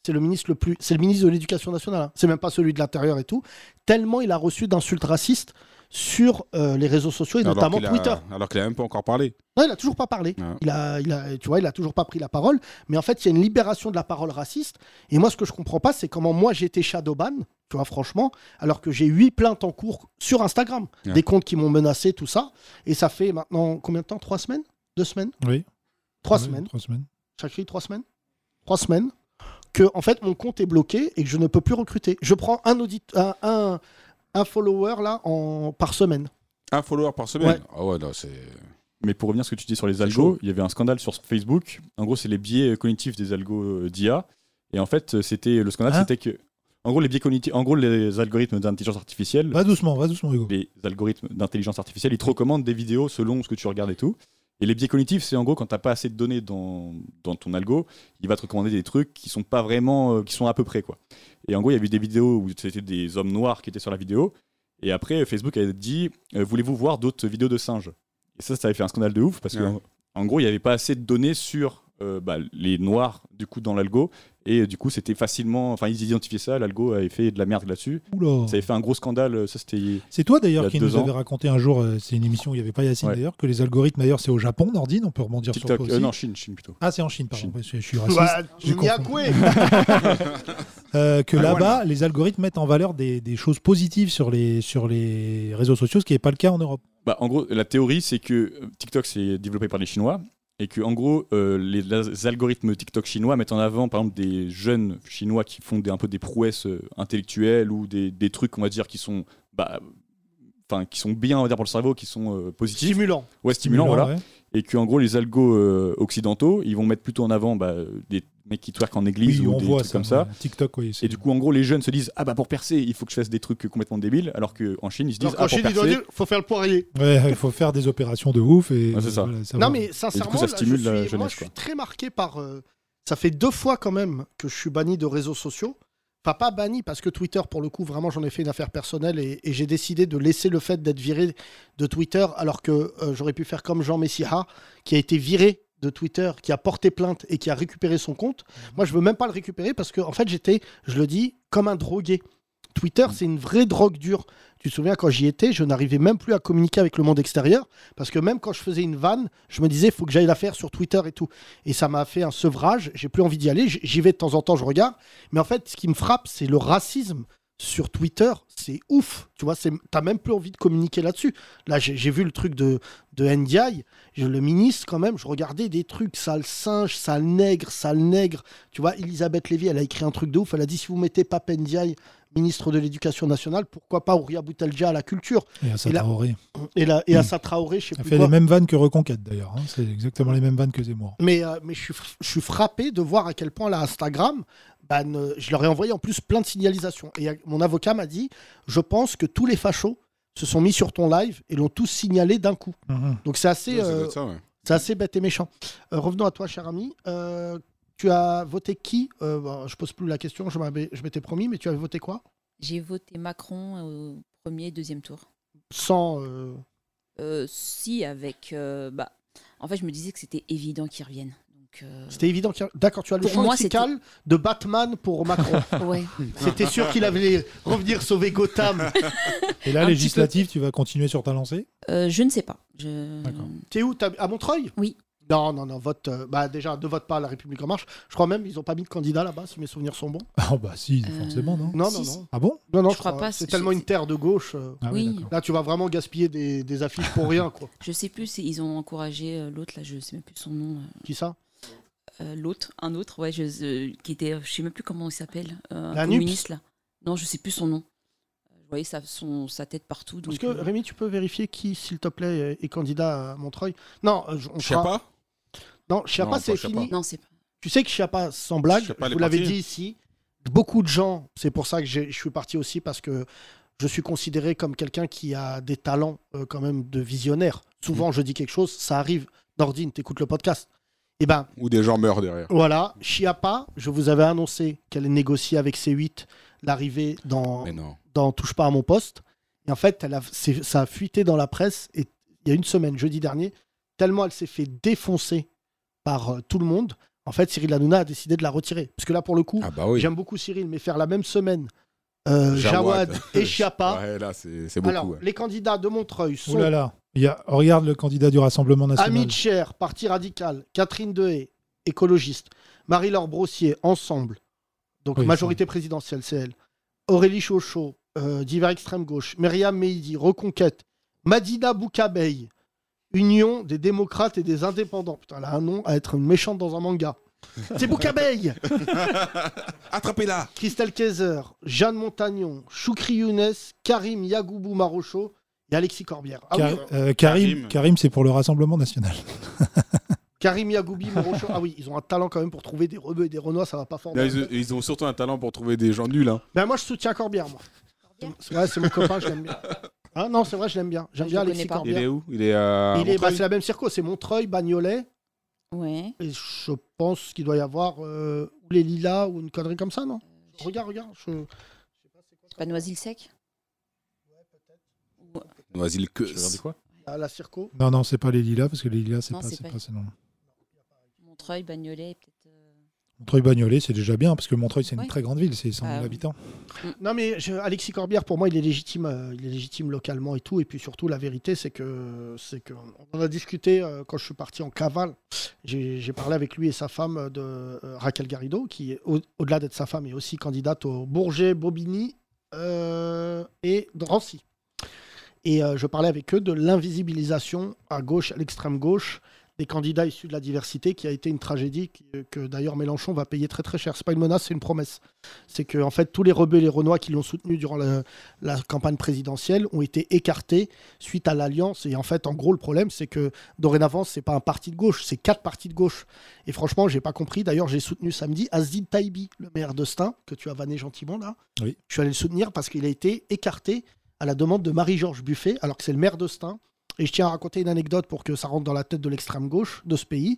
D: C'est le ministre le plus, c'est le ministre de l'Éducation nationale. hein. C'est même pas celui de l'intérieur et tout. Tellement il a reçu d'insultes racistes sur euh, les réseaux sociaux et
F: Alors
D: notamment
F: qu'il a-
D: Twitter.
F: Alors qu'il a même pas encore parlé.
D: Non, il a toujours pas parlé. Il a, il a- tu vois, il a toujours pas pris la parole. Mais en fait, il y a une libération de la parole raciste. Et moi, ce que je comprends pas, c'est comment moi j'étais shadowban, tu vois, franchement, alors que j'ai huit plaintes en cours sur Instagram,
E: Ouais.
D: des comptes qui m'ont menacé, tout ça. Et ça fait maintenant combien de temps Trois semaines Deux semaines
E: Oui.
H: Ah
D: Trois
E: Ouais,
D: semaines.
E: Trois semaines.
D: J'écris trois semaines Trois semaines que en fait mon compte est bloqué et que je ne peux plus recruter. Je prends un audit, un, un, un follower là en par semaine.
F: Un follower par semaine
D: Ouais.
F: Ah ouais, là, c'est.
H: Mais pour revenir à ce que tu dis sur les algos, il y avait un scandale sur Facebook. En gros, c'est les biais cognitifs des algos euh, d'IA. Et en fait, c'était le scandale,
E: Hein
H: c'était que. En gros, les biais cognitifs, en gros, les algorithmes d'intelligence artificielle.
E: Va doucement, va doucement, Hugo.
H: Les algorithmes d'intelligence artificielle, ils te recommandent des vidéos selon ce que tu regardes et tout. Et les biais cognitifs, c'est en gros quand t'as pas assez de données dans, dans ton algo, il va te recommander des trucs qui sont pas vraiment, euh, qui sont à peu près quoi. Et en gros, il y avait des vidéos où c'était des hommes noirs qui étaient sur la vidéo. Et après, Facebook a dit, euh, voulez-vous voir d'autres vidéos de singes Et ça, ça avait fait un scandale de ouf parce que
F: Ouais.
H: en gros, il n'y avait pas assez de données sur euh, bah, les noirs du coup dans l'algo et euh, du coup c'était facilement, enfin ils identifiaient ça, l'algo avait fait de la merde là-dessus.
E: Oula.
H: Ça avait fait un gros scandale, euh, ça c'était.
E: C'est toi
H: il y
E: d'ailleurs
H: a
E: qui
H: deux
E: nous
H: ans.
E: avait raconté un jour, euh, c'est une émission où il n'y avait pas Yacine
H: Ouais.
E: d'ailleurs, que les algorithmes d'ailleurs c'est au Japon, Nordine, on peut rebondir sur
H: TikTok,
E: toi
H: euh,
E: aussi.
H: non Chine, Chine plutôt.
E: Ah, c'est en Chine, pardon. parce que Je suis
H: Ah,
E: raciste.
D: Bah,
E: j'ai
D: Niakwe.
E: confondu. Euh, que
D: Ah,
E: là-bas,
D: voilà.
E: les algorithmes mettent en valeur des, des choses positives sur les, sur les réseaux sociaux, ce qui n'est pas le cas en Europe.
H: Bah, en gros, la théorie, c'est que euh, TikTok, c'est développé par les Chinois. Et que, en gros, euh, les, les algorithmes TikTok chinois mettent en avant, par exemple, des jeunes chinois qui font des, un peu des prouesses euh, intellectuelles ou des, des trucs, on va dire, qui sont, bah, enfin, qui sont bien, on va dire, pour le cerveau, qui sont euh, positifs.
D: Stimulants.
H: Ouais, stimulants,
E: Stimulants,
H: voilà.
E: ouais.
H: Et que, en gros, les algos euh, occidentaux, ils vont mettre plutôt en avant bah, des mecs qui twerkent en église
E: Oui,
H: ou
E: on
H: des
E: voit
H: trucs
E: ça,
H: comme ça.
E: ouais. TikTok, oui.
H: Et du coup, en gros, les jeunes se disent Ah bah pour percer, il faut que je fasse des trucs complètement débiles. Alors qu'en Chine, ils se disent
D: Alors qu'en
H: Ah pour
D: Chine, ils doivent
H: percer.
D: dire, faut faire le poirier.
E: Ouais, il faut faire des opérations de ouf. Et, euh,
H: Ah, c'est ça.
E: voilà, ça
D: Non,
E: va.
D: mais sincèrement,
H: ça
D: là,
H: stimule
D: je
H: la
D: suis, moi,
H: jeunesse,
D: je
H: quoi.
D: suis très marqué par. euh, ça fait deux fois quand même que je suis banni de réseaux sociaux. Enfin, pas banni parce que Twitter, pour le coup, vraiment, j'en ai fait une affaire personnelle et, et j'ai décidé de laisser le fait d'être viré de Twitter alors que euh, j'aurais pu faire comme Jean Messiha qui a été viré de Twitter, qui a porté plainte et qui a récupéré son compte.
H: Mhm.
D: Moi, je veux même pas le récupérer parce que, en fait, j'étais, je le dis, comme un drogué. Twitter,
H: Mhm.
D: c'est une vraie drogue dure. Tu te souviens, quand j'y étais, je n'arrivais même plus à communiquer avec le monde extérieur parce que même quand je faisais une vanne, je me disais, il faut que j'aille la faire sur Twitter et tout. Et ça m'a fait un sevrage. J'ai plus envie d'y aller. J- J'y vais de temps en temps, je regarde. Mais en fait, ce qui me frappe, c'est le racisme sur Twitter. C'est ouf. Tu vois, c'est- t'as même plus envie de communiquer là-dessus. Là, j'ai j'ai vu le truc de, de NDI. Je- Le ministre, quand même, je regardais des trucs sale singe, sale nègre, sale nègre. Tu vois, Elisabeth Lévy, elle a écrit un truc de ouf. Elle a dit si vous mettez Pape Ndiaye ministre de l'Éducation nationale, pourquoi pas Ouria Boutelja à la culture
E: Et Assa
D: là-
E: Traoré.
D: Et, là, et
E: Mm.
D: Assa Traoré, je sais
E: Elle
D: plus
E: fait
D: quoi.
E: les mêmes vannes que Reconquête d'ailleurs. hein. C'est exactement les mêmes vannes que Zemmour.
D: Mais, euh, mais je, suis, fr- je suis frappé de voir à quel point là, Instagram, bah, ne- je leur ai envoyé en plus plein de signalisations. Et euh, mon avocat m'a dit Je pense que tous les fachos se sont mis sur ton live et l'ont tous signalé d'un coup.
E: Mhm.
D: Donc c'est assez,
F: Ouais, ça doit
D: euh,
F: être ça, ouais.
D: c'est assez bête et méchant. Euh, revenons à toi, cher ami. Euh, Tu as voté qui Euh, bon, Je pose plus la question, je m'avais- je m'étais promis, mais tu avais voté quoi
C: J'ai voté Macron euh, au premier et deuxième tour.
D: Sans. euh,
C: Euh, si, avec. euh, bah, en fait, je me disais que c'était évident qu'il revienne. Donc, euh,
D: C'était évident qu'il y a- D'accord, tu as le
C: Pour
D: choix
C: moi,
D: lexical de Batman pour Macron.
C: Ouais.
D: C'était sûr qu'il allait revenir sauver Gotham.
E: Et là,
D: Un petit
E: législative, tu vas continuer sur ta lancée
C: euh, je ne sais pas. Je...
D: T'es où T'as- À Montreuil
C: Oui.
D: Non, non, non, vote. euh, bah déjà, ne vote pas La République en marche. Je crois même ils n'ont pas mis de candidat là-bas, si mes souvenirs sont bons.
E: Ah bah si,
D: Euh,
E: forcément, non
D: Non, non,
E: Si,
D: non.
E: Ah bon
D: Non, non,
C: Je crois pas,
D: C'est
C: c'est-
D: tellement une terre de gauche. euh,
E: Ah oui, Oui. d'accord.
D: Là, tu vas vraiment gaspiller des, des affiches pour rien, quoi.
C: Je sais plus si ils ont encouragé euh, l'autre, là, je sais même plus son nom. euh,
D: Qui ça
C: L'autre, un autre, ouais, je, euh, qui était, je sais même plus comment il s'appelle. euh,
D: La
C: un
D: NUPS
C: communiste, là. Non, je sais plus son nom. Euh, Je voyais sa, son, sa tête partout. Donc,
D: Est-ce que
C: euh,
D: Rémi, tu peux vérifier qui, s'il te plaît, est candidat à Montreuil Non, euh, je- on
F: Chiappa
D: fera- Non, Chiappa,
F: Non,
D: c'est
F: pas Chiappa.
D: fini.
C: Non, c'est pas.
D: Tu sais que Chiappa, sans blague,
F: Chiappa,
D: je
F: les
D: vous l'avez
F: partis.
D: dit ici, beaucoup de gens, c'est pour ça que j'ai- je suis parti aussi, parce que je suis considéré comme quelqu'un qui a des talents euh, quand même de visionnaire. Souvent, je dis quelque chose, ça arrive. Nordine, t'écoutes le podcast. Eh ben,
F: Ou des gens meurent derrière.
D: Voilà, Chiappa, je vous avais annoncé qu'elle négociait avec C8 l'arrivée dans, dans Touche pas à mon poste. Et en fait, elle a, c'est- ça a fuité dans la presse et il y a une semaine, jeudi dernier, tellement elle s'est fait défoncer par euh, tout le monde. En fait, Cyril Hanouna a décidé de la retirer. Parce que là, pour le coup,
F: Ah bah oui.
D: j'aime beaucoup Cyril, mais faire la même semaine, euh,
F: Jawad.
D: Jawad et Chiappa.
F: Ouais, là, c'est c'est beaucoup.
D: Alors,
F: ouais.
D: les candidats de Montreuil sont
E: Ouh là là, il y a- regarde le candidat du Rassemblement National.
D: Amit Cher, Parti Radical, Catherine Dehaye, écologiste, Marie-Laure Brossier, Ensemble, donc
E: Oui,
D: majorité présidentielle, c'est elle, Aurélie Chauchot, euh, divers extrême gauche, Myriam Mehidi, Reconquête, Madina Boukabeille, Union des démocrates et des indépendants. Putain, elle a un nom à être une méchante dans un manga. C'est Boukabeille
F: Attrapez-la
D: Christelle Kaiser, Jeanne Montagnon, Choukri Younes, Karim Yagoubou Marocho et Alexis Corbière. Ah oui,
E: Car- euh, Karim, Karim, c'est pour le Rassemblement National.
D: Karim Yagoubi, Morocho. Ah oui, ils ont un talent quand même pour trouver des rebeux et des renois, ça va pas fort.
F: Là, Bah, ils, ils ont surtout un talent pour trouver des gens nuls. Hein.
D: Ben moi, je soutiens Corbière, moi. C'est vrai, c'est mon copain, je l'aime bien. Hein, non, c'est vrai, je l'aime bien. J'aime
C: Je
D: bien
C: le
D: Alexis
C: connais pas.
F: Il
D: Corbière.
F: est où Il est à
D: Il est, bah,
F: Montreuil
D: c'est la même circo, c'est Montreuil, Bagnolet.
C: Ouais.
D: Et je pense qu'il doit y avoir euh, ou les lilas ou une connerie comme ça, non
C: Euh,
D: Regarde, regarde. Je...
C: C'est pas Noisy le sec
F: Noisy que.
H: quoi
D: À la circo.
E: Non, non, c'est pas les Lilas, parce que les Lilas, c'est
C: Non,
E: pas,
C: c'est
E: c'est
C: pas-
E: pas, c'est non.
C: Montreuil, Bagnolet, peut-être. euh,
E: Montreuil-Bagnolet, c'est déjà bien, parce que Montreuil, c'est une
C: Ouais.
E: très grande ville, c'est 100 000
C: Ah oui.
E: habitants.
D: Non, mais je- Alexis Corbière, pour moi, il est légitime. euh, il est légitime localement et tout. Et puis surtout, la vérité, c'est que c'est que on en a discuté euh, quand je suis parti en cavale. J'ai j'ai parlé avec lui et sa femme euh, de euh, Raquel Garrido, qui est au- au-delà d'être sa femme, est aussi candidate au Bourget, Bobigny euh, et Drancy. Et euh, je parlais avec eux de l'invisibilisation à gauche, à l'extrême gauche, des candidats issus de la diversité, qui a été une tragédie qui- que, d'ailleurs Mélenchon va payer très très cher. C'est pas une menace, c'est une promesse. C'est que en fait tous les rebeux et les Renois qui l'ont soutenu durant la, la campagne présidentielle ont été écartés suite à l'alliance. Et en fait, en gros, le problème, c'est que dorénavant, c'est pas un parti de gauche, c'est quatre partis de gauche. Et franchement, j'ai pas compris. D'ailleurs, j'ai soutenu samedi Azid Taibi, le maire de Stein, que tu as vanné gentiment là.
E: Oui.
D: Je suis allé le soutenir parce qu'il a été écarté à la demande de Marie-Georges Buffet, alors que c'est le maire de Stein. Et je tiens à raconter une anecdote pour que ça rentre dans la tête de l'extrême gauche de ce pays.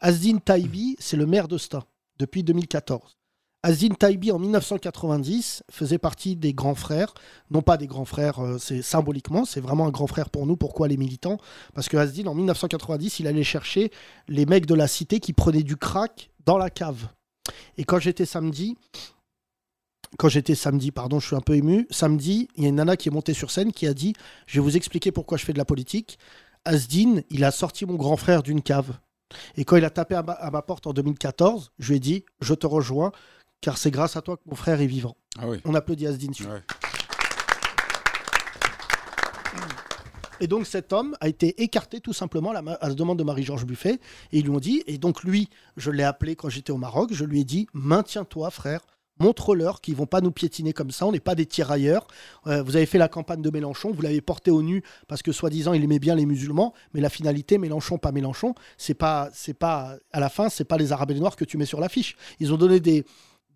D: Azdin Taibi, c'est le maire de Stein depuis 2014. Azdin Taibi, en 1990, faisait partie des grands frères. Non pas des grands frères, euh, c'est symboliquement, c'est vraiment un grand frère pour nous. Pourquoi les militants Parce que Azdin, en 1990, il allait chercher les mecs de la cité qui prenaient du crack dans la cave. Et quand j'étais samedi, quand j'étais samedi, pardon, je suis un peu ému. Samedi, il y a une nana qui est montée sur scène qui a dit Je vais vous expliquer pourquoi je fais de la politique. Asdin, il a sorti mon grand frère d'une cave. Et quand il a tapé à ma, à ma porte en 2014, je lui ai dit Je te rejoins, car c'est grâce à toi que mon frère est vivant.
F: Ah oui.
D: On applaudit Asdin. sur- Et donc cet homme a été écarté tout simplement à la, ma- à la demande de Marie-Georges Buffet. Et ils lui ont dit, et donc lui, je l'ai appelé quand j'étais au Maroc, je lui ai dit, maintiens-toi frère, montre-leur qu'ils vont pas nous piétiner comme ça, on n'est pas des tirailleurs. Euh, vous avez fait la campagne de Mélenchon, vous l'avez porté au nu parce que soi-disant il aimait bien les musulmans, mais la finalité, Mélenchon, pas Mélenchon, c'est pas, c'est pas, à la fin, c'est pas les Arabes et les Noirs que tu mets sur l'affiche. Ils ont donné des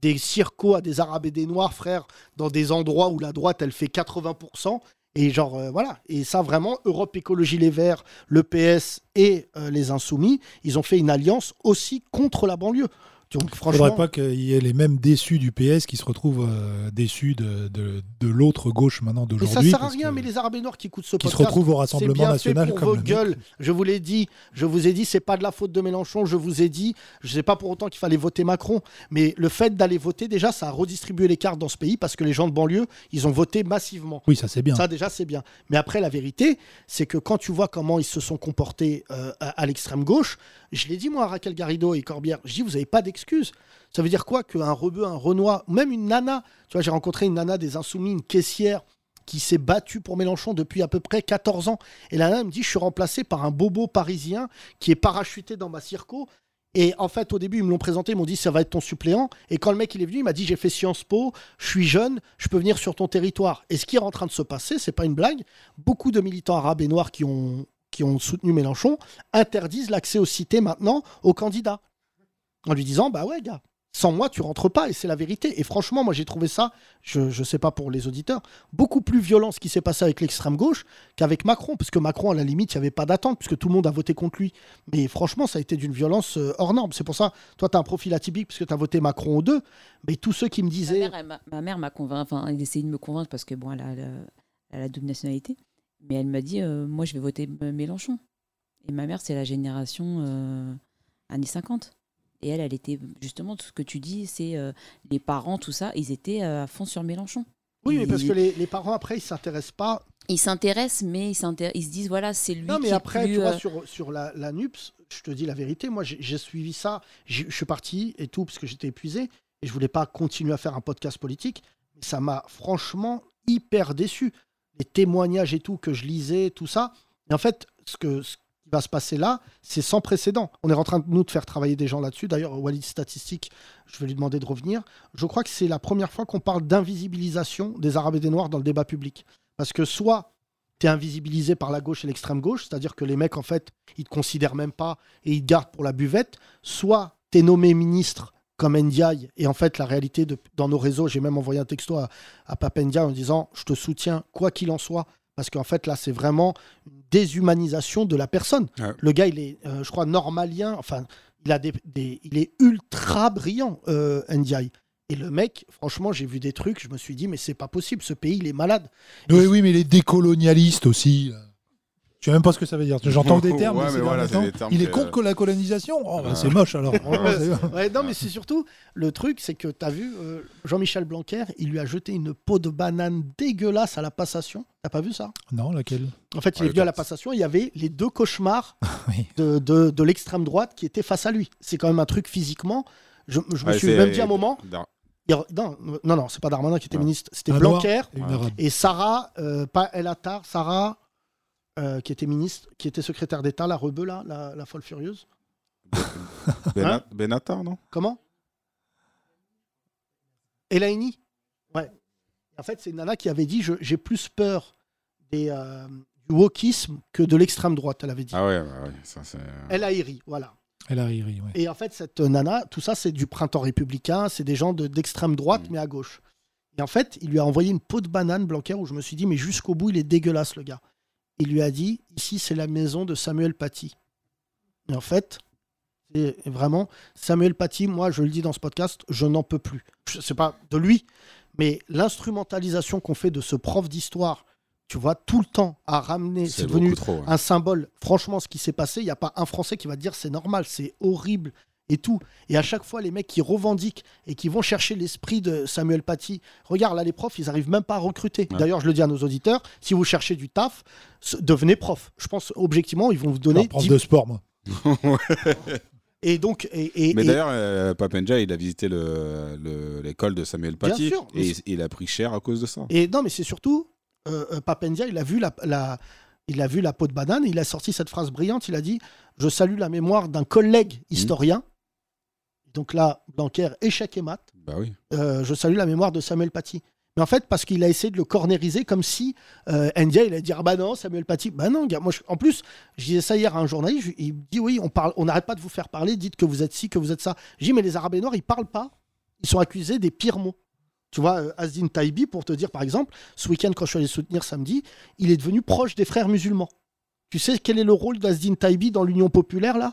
D: des circos à des Arabes et des Noirs, frère, dans des endroits où la droite, elle fait 80%. Et genre, euh, voilà. Et ça, vraiment, Europe Écologie Les Verts, le PS et euh, les Insoumis, ils ont fait une alliance aussi contre la banlieue. Donc,
E: Il
D: franchement,
E: faudrait pas qu'il y ait les mêmes déçus du PS qui se retrouvent euh, déçus de, de, de l'autre gauche maintenant
D: Mais ça
E: d'aujourd'hui.
D: sert à
E: parce que-
D: rien, mais les Arabes Noirs qui écoutent ce
E: qui se
D: podcast.
E: retrouvent au Rassemblement
D: c'est bien
E: National
D: Fait pour
E: comme
D: vos
E: le nôtre.
D: gueules. Je vous l'ai dit, je vous ai dit, c'est pas de la faute de Mélenchon, je vous ai dit, je sais pas pour autant qu'il fallait voter Macron, mais le fait d'aller voter, déjà, ça a redistribué les cartes dans ce pays parce que les gens de banlieue, ils ont voté massivement.
E: Oui, ça, c'est bien.
D: Ça, déjà, c'est bien. Mais après, la vérité, c'est que quand tu vois comment ils se sont comportés euh, à, à l'extrême gauche, je l'ai dit, moi, à Raquel Garrido et Corbière, je dis, vous n'avez pas d'excuses. Ça veut dire quoi qu'un rebeu, un renois, même une nana, tu vois, j'ai rencontré une nana des Insoumis, une caissière qui s'est battue pour Mélenchon depuis à peu près 14 ans. Et la nana elle me dit, je suis remplacé par un bobo parisien qui est parachuté dans ma circo. Et en fait, au début, ils me l'ont présenté, ils m'ont dit ça va être ton suppléant. Et quand le mec il est venu, il m'a dit j'ai fait Sciences Po, je suis jeune, je peux venir sur ton territoire. Et ce qui est en train de se passer, c'est pas une blague. Beaucoup de militants arabes et noirs qui ont, qui ont soutenu Mélenchon interdisent l'accès aux cités maintenant aux candidats en lui disant bah ouais gars sans moi tu rentres pas et c'est la vérité et franchement moi j'ai trouvé ça je, je sais pas pour les auditeurs beaucoup plus violent ce qui s'est passé avec l'extrême gauche qu'avec Macron parce que Macron à la limite il y avait pas d'attente puisque tout le monde a voté contre lui mais franchement ça a été d'une violence euh, hors norme c'est pour ça toi tu as un profil atypique puisque tu as voté Macron aux deux mais tous ceux qui me
C: Ma
D: disaient
C: mère, elle m'a- ma mère m'a convaincu, enfin, elle essayait de me convaincre parce que bon, elle a, elle a- elle a la double nationalité. Mais elle m'a dit, euh, moi, je vais voter M- Mélenchon. Et ma mère, c'est la génération euh, années 50. Et elle, elle était justement tout ce que tu dis, c'est euh, les parents, tout ça, ils étaient euh, à fond sur Mélenchon.
D: oui mais parce
C: Ils-
D: que les, les parents après ils s'intéressent pas
C: Ils s'intéressent, mais ils, s'intér- ils se disent, voilà, c'est lui
D: Non, mais
C: qui est
D: après,
C: plus,
D: tu vois,
C: euh,
D: sur, sur la, la NUPS, je te dis la vérité, moi, j'ai- j'ai suivi ça, j'ai- je suis parti et tout, parce que j'étais épuisé, et je voulais pas continuer à faire un podcast politique. Ça m'a franchement hyper déçu. Les témoignages et tout que je lisais, tout ça. Et en fait, ce, que, ce qui va se passer là, c'est sans précédent. On est en train, nous, de faire travailler des gens là-dessus. D'ailleurs, Walid Statistique, je vais lui demander de revenir. Je crois que c'est la première fois qu'on parle d'invisibilisation des Arabes et des Noirs dans le débat public. Parce que soit t'es invisibilisé par la gauche et l'extrême gauche, c'est-à-dire que les mecs, en fait, ils te considèrent même pas et ils te gardent pour la buvette, soit t'es nommé ministre comme Ndiaye, et en fait, la réalité de- dans nos réseaux, j'ai même envoyé un texto à, à Pape Ndiaye en disant « Je te soutiens, quoi qu'il en soit », parce qu'en fait, là, c'est vraiment une déshumanisation de la personne.
F: Ouais.
D: Le gars, il est, euh, je crois, normalien, enfin, il, a des, des- il est ultra brillant, euh, Ndiaye. Et le mec, franchement, j'ai vu des trucs, je me suis dit, mais c'est pas possible, ce pays, il est malade.
E: Oui, oui, mais les décolonialistes aussi. Je sais même pas ce que ça veut dire. J'entends des termes.
F: Ouais,
E: mais
F: mais
E: ces
F: voilà,
E: derniers
F: c'est des
E: temps,
F: termes
E: il est
F: que-
E: contre la colonisation. Oh, bah,
F: Ouais.
E: c'est moche alors.
D: Ouais, non, mais c'est surtout le truc, c'est que tu as vu euh, Jean-Michel Blanquer, il lui a jeté une peau de banane dégueulasse à la passation. T'as pas vu ça
E: non, laquelle
D: En fait,
F: Ah,
D: il est venu à la passation, il y avait les deux cauchemars de, de- de l'extrême droite qui étaient face à lui. C'est quand même un truc physiquement. Je, je me
F: Ouais,
D: suis
F: c'est-
D: même dit à un moment.
F: Dar-
D: il re- Non, euh, non, non, c'est pas Darmanin qui était ministre, c'était
E: Un noir
D: Blanquer
E: et une arabe.
D: et Sarah, euh, pas El Attar, Sarah, euh, qui était ministre, qui était secrétaire d'État, la rebeu, là, la, la folle furieuse. Hein
F: Bena- Benatar, non
D: Comment Elaini Ouais. En fait, c'est une nana qui avait dit je- j'ai plus peur des, euh, du wokisme que de l'extrême droite, elle avait dit.
F: Ah ouais, bah ouais, ça c'est.
D: Elle a ri, voilà.
E: Elle a ri, ri, ouais.
D: Et en fait, cette nana, tout ça, c'est du printemps républicain, c'est des gens de- d'extrême droite,
F: Mm.
D: mais à gauche. Et en fait, il lui a envoyé une peau de banane Blanquer où je me suis dit, mais jusqu'au bout, il est dégueulasse, le gars. Il lui a dit, ici, c'est la maison de Samuel Paty. Et en fait, c'est vraiment, Samuel Paty, moi, je le dis dans ce podcast, je n'en peux plus. Je sais pas de lui, mais l'instrumentalisation qu'on fait de ce prof d'histoire, tu vois, tout le temps à ramener,
F: C'est
D: c'est devenu
F: beaucoup trop, ouais.
D: un symbole. Franchement, ce qui s'est passé, il n'y a pas un Français qui va dire c'est normal, c'est horrible et tout. Et à chaque fois, les mecs qui revendiquent et qui vont chercher l'esprit de Samuel Paty, regarde là, les profs, ils arrivent même pas à recruter. D'ailleurs, je le dis à nos auditeurs, si vous cherchez du taf, s- devenez prof. Je pense, objectivement, ils vont vous donner.
E: Non, prof
D: dix-
E: de sport, moi.
D: Et donc, et, et-
F: Mais
D: et-
F: d'ailleurs, euh, Papenja, il a visité le- le- l'école de Samuel
D: Bien
F: Paty
D: sûr, mais
F: et il a pris cher à cause de ça.
D: Et non, mais c'est surtout, euh, euh, Papendia, il a vu la, la- il a vu la peau de banane, et il a sorti cette phrase brillante, il a dit « Je salue la mémoire d'un collègue
F: Mmh.
D: historien Donc là, Blanquer, échec et mat.
F: Bah oui.
D: Euh, je salue la mémoire de Samuel Paty. Mais en fait, parce qu'il a essayé de le cornériser comme si euh, India, il allait dire ah bah non, Samuel Paty, bah non, gars. Moi, je- en plus, je disais ça hier à un journaliste, je- il me dit oui, on parle, on n'arrête pas de vous faire parler, dites que vous êtes ci, que vous êtes ça. J'ai dit mais les Arabes et Noirs, ils parlent pas, ils sont accusés des pires mots. Tu vois, euh, Azdin Taibi, pour te dire par exemple, ce week-end quand je suis allé le soutenir samedi, il est devenu proche des frères musulmans. Tu sais quel est le rôle d'Azdin Taibi dans l'Union populaire là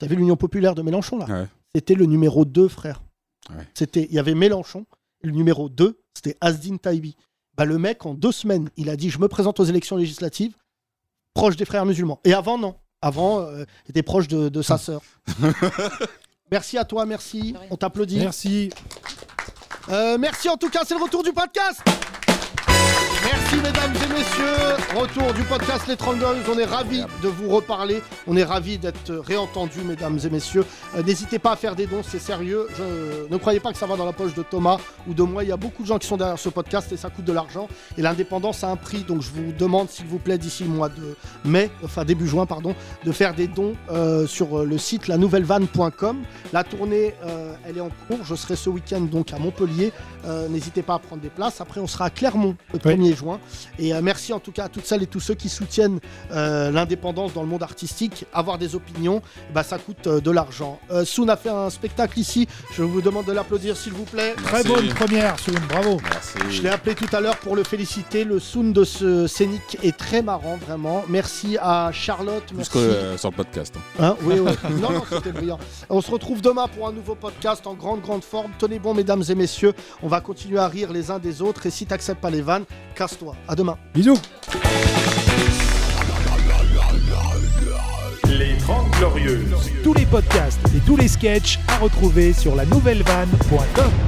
D: T'as vu l'Union populaire de Mélenchon là c'était le numéro 2, frère.
F: Ouais.
D: C'était, il y avait Mélenchon, le numéro 2, c'était Asdin Taibi. Bah, le mec, en deux semaines, il a dit Je me présente aux élections législatives, proche des frères musulmans. Et avant, non. Avant, euh, il était proche de, de sa sœur. merci à toi, merci. On t'applaudit.
E: Merci.
D: Euh, merci en tout cas, c'est le retour du podcast. Merci mesdames et messieurs, retour du podcast Les 30 Glorieuses. on est ravis de vous reparler, on est ravis d'être réentendus mesdames et messieurs. Euh, N'hésitez pas à faire des dons, c'est sérieux, Je- ne croyez pas que ça va dans la poche de Thomas ou de moi, il y a beaucoup de gens qui sont derrière ce podcast et ça coûte de l'argent et l'indépendance a un prix, donc je vous demande s'il vous plaît d'ici le mois de mai, enfin début juin pardon, de faire des dons euh, sur euh, le site lanouvellevanne.com. La tournée, euh, elle est en cours, je serai ce week-end donc à Montpellier, Euh, n'hésitez pas à prendre des places, après on sera à Clermont le 1er juin. Et euh, merci en tout cas à toutes celles et tous ceux qui soutiennent euh, l'indépendance dans le monde artistique. Avoir des opinions, bah, ça coûte euh, de l'argent. Euh, Soun a fait un spectacle ici. Je vous demande de l'applaudir s'il vous plaît.
E: Très bonne première, Soun, bravo.
D: Je l'ai appelé tout à l'heure pour le féliciter. Le Soun de ce scénic est très marrant, vraiment. Merci à Charlotte.
F: Plus
D: Merci.
F: que euh, sur le podcast. hein.
D: Hein, oui, oui. Non, non, c'était brillant. On se retrouve demain pour un nouveau podcast en grande, grande forme. Tenez bon, mesdames et messieurs. On va continuer à rire les uns des autres. Et si t'acceptes pas les vannes, casse-toi. À demain.
E: Bisous.
L: Les 30 Glorieuses.
A: Tous les podcasts et tous les sketchs à retrouver sur la nouvellevanne.com.